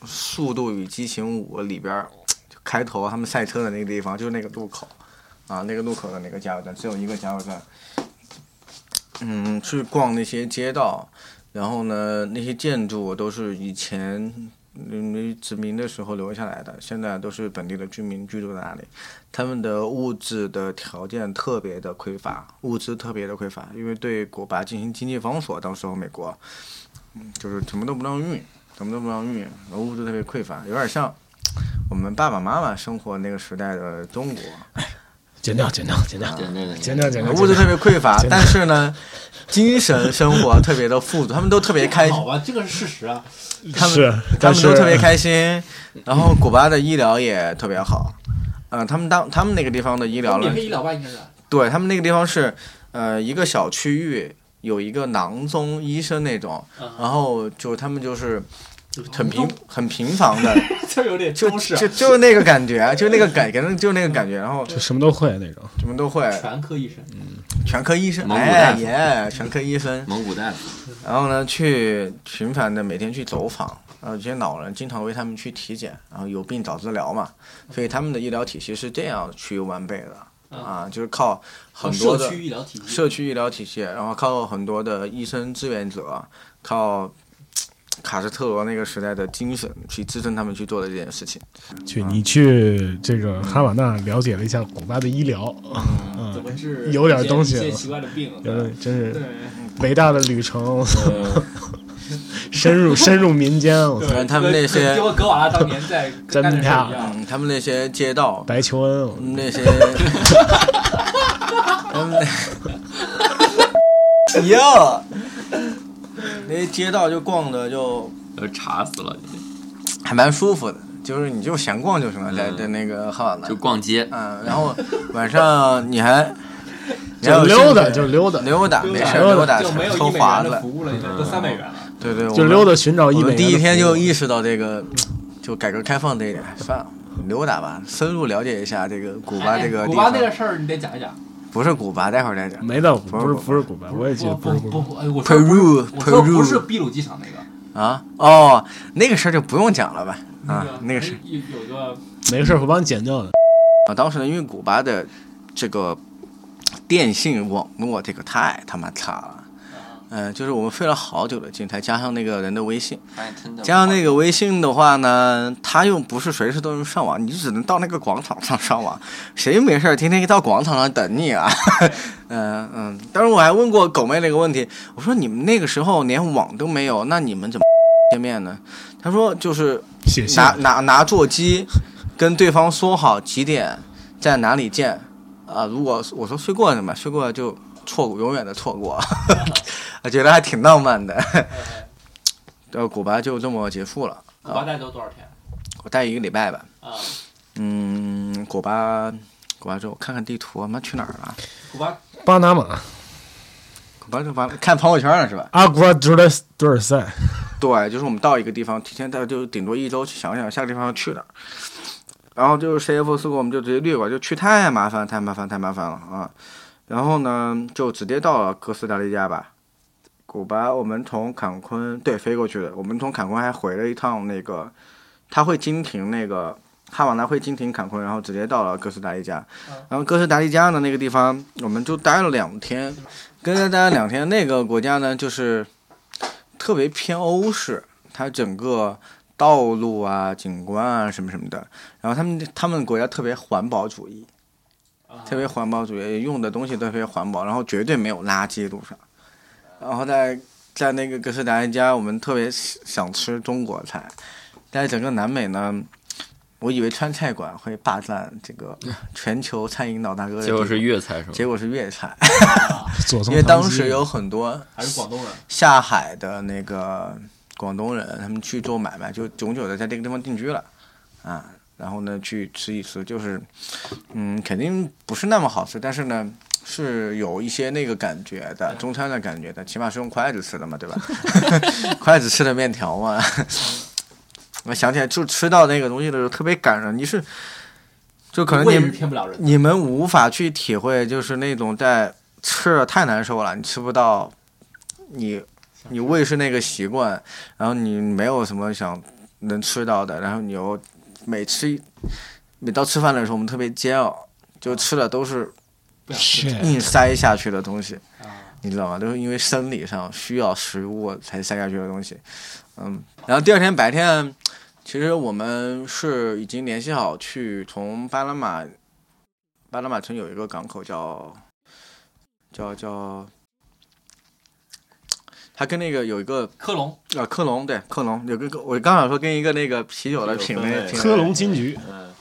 Speaker 6: 《速度与激情五》里边儿就开头他们赛车的那个地方，就是那个路口啊，那个路口的那个加油站只有一个加油站。嗯，去逛那些街道，然后呢，那些建筑都是以前嗯殖民的时候留下来的，现在都是本地的居民居住在那里。他们的物质的条件特别的匮乏，物资特别的匮乏，因为对古巴进行经济封锁，当时候美国，嗯，就是什么都不让运，什么都不让运，然后物质特别匮乏，有点像我们爸爸妈妈生活那个时代的中国，啊
Speaker 4: 剪掉，剪掉，剪掉，
Speaker 5: 对对对，
Speaker 4: 剪掉，剪掉，
Speaker 6: 物质
Speaker 4: 剪
Speaker 6: 特
Speaker 4: 掉
Speaker 6: 别匮乏
Speaker 4: 真，的
Speaker 6: 但是呢，精神生活特别的富足，他们都特别开心
Speaker 3: 好，吧，这个是事实啊。
Speaker 6: 他们
Speaker 4: 是
Speaker 6: 他
Speaker 4: 但
Speaker 6: 们
Speaker 4: 是
Speaker 6: 都特别开心，然后古巴的医疗也特别好，呃，他们当他们那个地方的医疗呢
Speaker 3: 免，费医疗吧，应该是。
Speaker 6: 对他们那个地方是，呃，一个小区域有一个囊中医生那种，然后就他们就是很平很平房的，
Speaker 3: 这有点
Speaker 6: 就
Speaker 3: 中式啊
Speaker 6: 就，就那个感觉，啊就那个感觉，就那个感觉，然后
Speaker 4: 就什么都会那种。
Speaker 6: 什么都会，
Speaker 3: 全科医生。
Speaker 6: 全科医生，
Speaker 5: 蒙古大
Speaker 6: 哎
Speaker 5: 夫
Speaker 6: 耶，全科医生，
Speaker 5: 蒙古大夫，
Speaker 6: 然后呢，去频繁的每天去走访，然后这些老人经常为他们去体检，然后有病早治疗嘛，所以他们的医疗体系是这样去完备的啊，就是靠很多的
Speaker 3: 嗯哦社区医疗体系。
Speaker 6: 社区医疗体系，然后靠很多的医生志愿者，靠卡斯特罗那个时代的精神去支撑他们去做的这件事情。
Speaker 4: 去，你去这个哈瓦那了解了一下古巴的医疗，
Speaker 3: 怎么治
Speaker 4: 有点东西
Speaker 3: 一些奇怪的病啊？
Speaker 4: 真
Speaker 3: 对
Speaker 4: 的真
Speaker 3: 对
Speaker 4: 是伟大的旅程，深入深入民间，我操，
Speaker 6: 他们那些
Speaker 3: 就跟格瓦拉当年在
Speaker 4: 真
Speaker 3: 干的事儿一
Speaker 4: 漂
Speaker 3: 样。
Speaker 6: 嗯，他们那些街道，
Speaker 4: 白求恩，我
Speaker 6: 他们那些，他们那，哟，那些街道就逛的就
Speaker 5: 要查死了，
Speaker 6: 还蛮舒服的，就是你就闲逛就行了，在
Speaker 5: 嗯
Speaker 6: 在那个哈瓦那
Speaker 5: 就，逛街，
Speaker 6: 嗯，然后晚上你还。你还
Speaker 4: 就
Speaker 6: 有兴
Speaker 4: 溜达
Speaker 6: 趣
Speaker 4: 就溜达，
Speaker 6: 溜达，没事儿
Speaker 4: 溜
Speaker 6: 溜达
Speaker 3: 就没有一
Speaker 6: 抽
Speaker 3: 美元
Speaker 6: 华
Speaker 3: 的
Speaker 6: 子，
Speaker 3: 服务了，现在都三美元了。
Speaker 6: 对对，我
Speaker 4: 就
Speaker 6: 们
Speaker 4: 溜达寻找
Speaker 6: 我
Speaker 4: 一美
Speaker 6: 们
Speaker 4: 元。
Speaker 6: 第一天就意识到这个，就改革开放这一点，算了，溜达吧，深入了解一下这个古巴这个
Speaker 3: 哎
Speaker 6: 地
Speaker 3: 古巴
Speaker 6: 方
Speaker 3: 那。个事儿，你得讲一讲。
Speaker 6: 不是古巴，待会儿再讲。
Speaker 4: 没到，不
Speaker 6: 不是
Speaker 4: 是不是古巴，我也记得
Speaker 3: 不
Speaker 4: 不是
Speaker 3: 不
Speaker 4: 古
Speaker 3: 不，
Speaker 4: 巴。
Speaker 3: 哎，我说不是
Speaker 6: Peru
Speaker 3: 我说不是
Speaker 6: Peru
Speaker 3: 秘鲁机场那个，
Speaker 6: 啊，哦，那个事儿就不用讲了吧？啊，那个事儿
Speaker 3: 有有个
Speaker 4: 没事，我帮你剪掉的。
Speaker 6: 啊，当时呢，因为古巴的这个电信网络这个太他妈差了，嗯、就是我们费了好久的劲才加上那个人的微信。加上那
Speaker 5: 个
Speaker 6: 个微信的话呢，它又不是随时都能上网，你就只能到那个广场上上网。谁没事儿天天到广场上等你啊？ 嗯嗯。当时我还问过狗妹那个问题，我说你们那个时候连网都没有，那你们怎么见面呢？她说就是
Speaker 4: 写信，
Speaker 6: 拿拿拿座机，跟对方说好几点在哪里见。啊、如果我说睡过了嘛，睡过了就错过，永远的错过。 我觉得还挺浪漫的。 呃，古巴就这么结束了。
Speaker 3: 古巴带走多少天
Speaker 6: 我待一个礼拜吧。
Speaker 3: 啊？
Speaker 6: 嗯，古巴，古巴之后看看地图，妈去哪儿了？
Speaker 3: 古巴
Speaker 4: 巴拿马
Speaker 6: 古巴就完了，看朋友圈了是吧？
Speaker 4: 阿古拉德雷斯德尔塞，
Speaker 6: 对，就是我们到一个地方，提前到就顶多一周去想想下个地方要去哪儿。然后就是 CF 四个，我们就直接略过，就去太麻烦，太麻烦，太麻烦了啊！然后呢，就直接到了哥斯达黎加吧。古巴，我们从坎昆对飞过去的，我们从坎昆还回了一趟那个，他会经停那个哈瓦那会经停坎昆，然后直接到了哥斯达黎加。然后哥斯达黎加呢那个地方，我们就待了两天，跟着待了两天。那个国家呢就是特别偏欧式，它整个道路啊、景观啊什么什么的。然后他们他们国家特别环保主义，
Speaker 5: 啊
Speaker 6: 特别环保主义，用的东西都特别环保，然后绝对没有垃圾路上。然后在在那个哥斯达黎加，我们特别想吃中国菜，在整个南美呢。我以为川菜馆会霸占这 个全球餐饮老大哥的地
Speaker 5: 结
Speaker 6: 位，
Speaker 5: 果是粤菜是吗？
Speaker 6: 结果是粤菜，
Speaker 4: 左宗棠鸡
Speaker 6: 因为当时有很多
Speaker 3: 还是广东人，
Speaker 6: 下海的那个广东人，他们去做买卖，就永久的在这个地方定居了，啊，然后呢去吃一吃，就是，嗯，肯定不是那么好吃，但是呢是有一些那个感觉的，中餐的感觉的，起码是用筷子吃的嘛，对吧？ 筷子吃的面条嘛， 我想起来就吃到那个东西的时候特别感人，你是，就可能你
Speaker 3: 味
Speaker 6: 们
Speaker 3: 是骗不了人的。
Speaker 6: 你们无法去体会，就是那种在吃的太难受了，你吃不到，你你胃是那个习惯，然后你没有什么想能吃到的，然后你又每吃一每到吃饭的时候，我们特别煎熬，就吃的都是
Speaker 3: 不想吃
Speaker 4: 是
Speaker 6: 硬塞下去的东西，
Speaker 3: 啊，
Speaker 6: 你知道吗？都是因为生理上需要食物才塞下去的东西。嗯，然后第二天白天，其实我们是已经联系好去从巴拿马，巴拿马城有一个港口叫叫叫，它跟那个有一个
Speaker 3: 科隆
Speaker 6: 啊科隆对科隆有个我刚想说跟一个那个啤酒的品类品类
Speaker 4: 科隆金桔，
Speaker 6: 嗯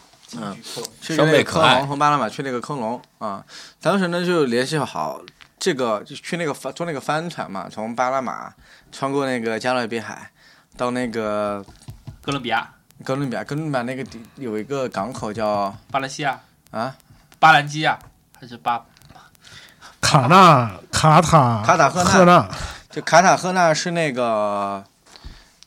Speaker 3: 科隆
Speaker 6: 去
Speaker 5: 双
Speaker 6: 那
Speaker 5: 倍
Speaker 6: 个
Speaker 5: 可
Speaker 6: 科
Speaker 5: 爱
Speaker 6: 隆，从巴拿马去那个科隆啊，当时呢就联系好这个，就去那个帆坐那个帆船嘛，从巴拿马穿过那个加勒比海，到那个
Speaker 3: 哥伦比亚、
Speaker 6: 哥伦比亚，哥伦比亚那个地有一个港口叫
Speaker 3: 巴兰西亚、
Speaker 6: 啊
Speaker 3: 巴兰基亚还是巴
Speaker 4: 卡纳卡塔
Speaker 6: 卡塔赫纳
Speaker 4: 赫纳，
Speaker 6: 就卡塔赫纳是那个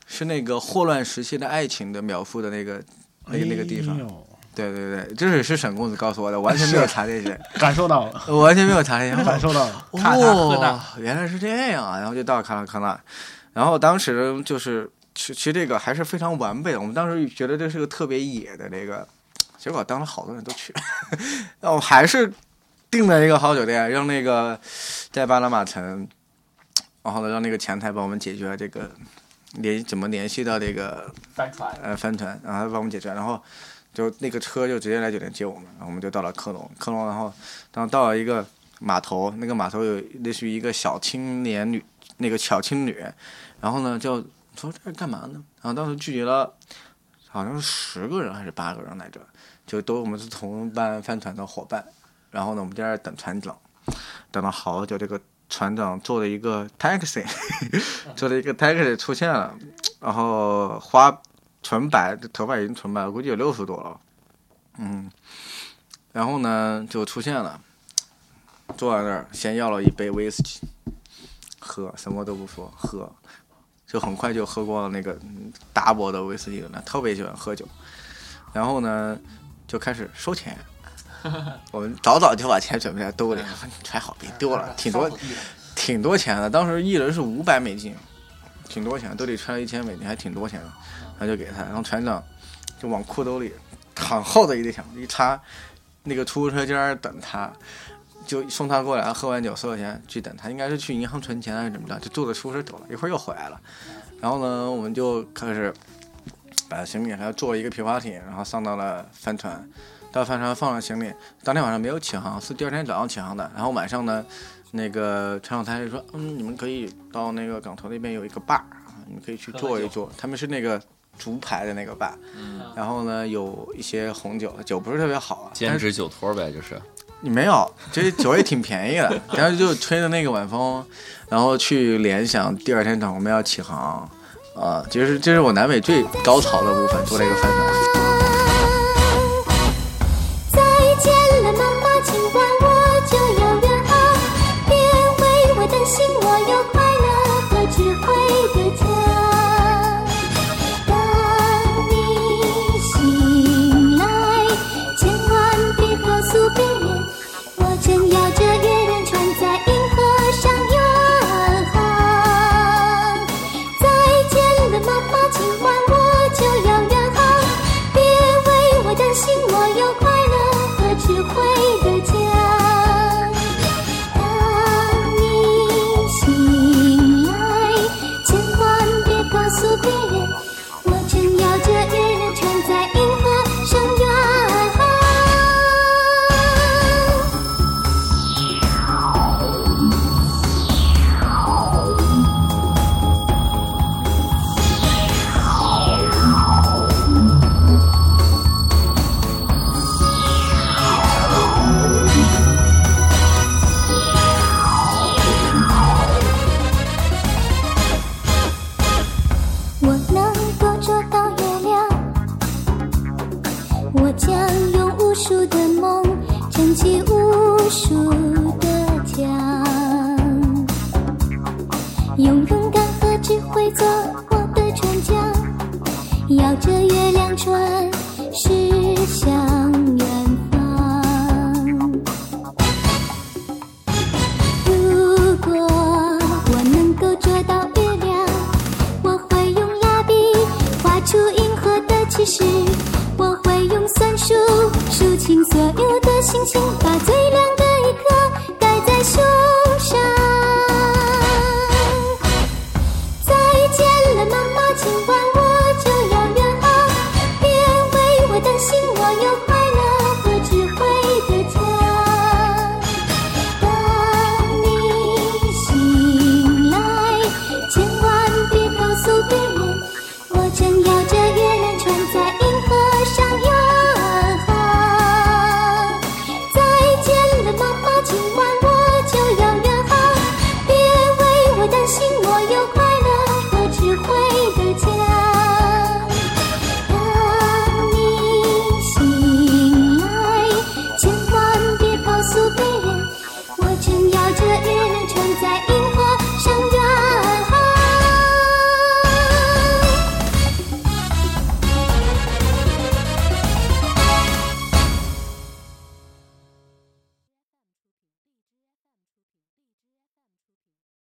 Speaker 6: 是那个霍乱时期的爱情的描述的那个那个那个地方
Speaker 4: 哎，呦啊
Speaker 6: 对对对，这也是沈公子告诉我的，完全没有查这 些，
Speaker 4: 感受到了，
Speaker 6: 我完全没有查这些，
Speaker 4: 感受到了，
Speaker 3: 卡塔赫纳
Speaker 6: 哦，原来是这样啊！然后就到卡塔赫纳，然后当时就是其其实这个还是非常完备的。我们当时觉得这是个特别野的这个，结果当时好多人都去， 然后还是订了一个好酒店，让那个在巴拿马城，然后呢让那个前台帮我们解决这个联怎么联系到这个
Speaker 3: 帆船，
Speaker 6: 呃帆船，然后他帮我们解决，然后就那个车就直接来酒店接我们，然后我们就到了科隆，科隆，然后然后到了一个码头，那个码头有类似于一个小青年旅，那个小青旅，然后呢就说这是干嘛呢？然后当时聚集了好像是十个人还是八个人来着，就都我们是同班帆船的伙伴，然后呢我们在那儿等船长，等了好久，这个船长坐了一个 taxi，坐了一个 taxi 出现了，然后花纯白，这头发已经纯白了，估计有六十多了。嗯，然后呢就出现了，坐在那儿先要了一杯威士忌，喝什么都不说喝，就很快就喝光了那个嗯 double 的威士忌了，特别喜欢喝酒。然后呢就开始收钱，我们早早就把钱准备在兜里，还好别丢了，挺多
Speaker 3: 烧火地的
Speaker 6: 挺多钱的，当时一人是五百美金，挺多钱，兜里揣了一千美金，还挺多钱的，然后就给他，然后船长就往裤兜里很厚的一条一插，那个出租车间儿等他，就送他过来，喝完酒收了钱去等他，应该是去银行存钱还是怎么着，就坐着出租车走了，一会儿又回来了，然后呢，我们就开始把行李还要坐一个皮划艇，然后上到了帆船。到帆船放了行李，当天晚上没有起航，是第二天早上起航的。然后晚上呢，那个船长他就说，嗯，你们可以到那个港头那边有一个 bar，你们可以去坐一坐。他们是那个竹排的那个 bar，、然后呢有一些红酒，酒不是特别好啊，
Speaker 5: 兼职酒托呗，就是
Speaker 6: 你没有，这酒也挺便宜的， 然后就吹着那个晚风，然后去联想第二天早上我们要起航，啊、其实这是我南美最高潮的部分，做了一个帆船。
Speaker 7: 再见了，妈妈，今晚我就要远航，别为我担心，我有快乐和智慧的家。当你醒来，千万别告诉别人，我正摇着月亮船在银河上远航。再见了，妈妈，今晚我就要远航。只会错过的船桨，摇着月亮船驶向远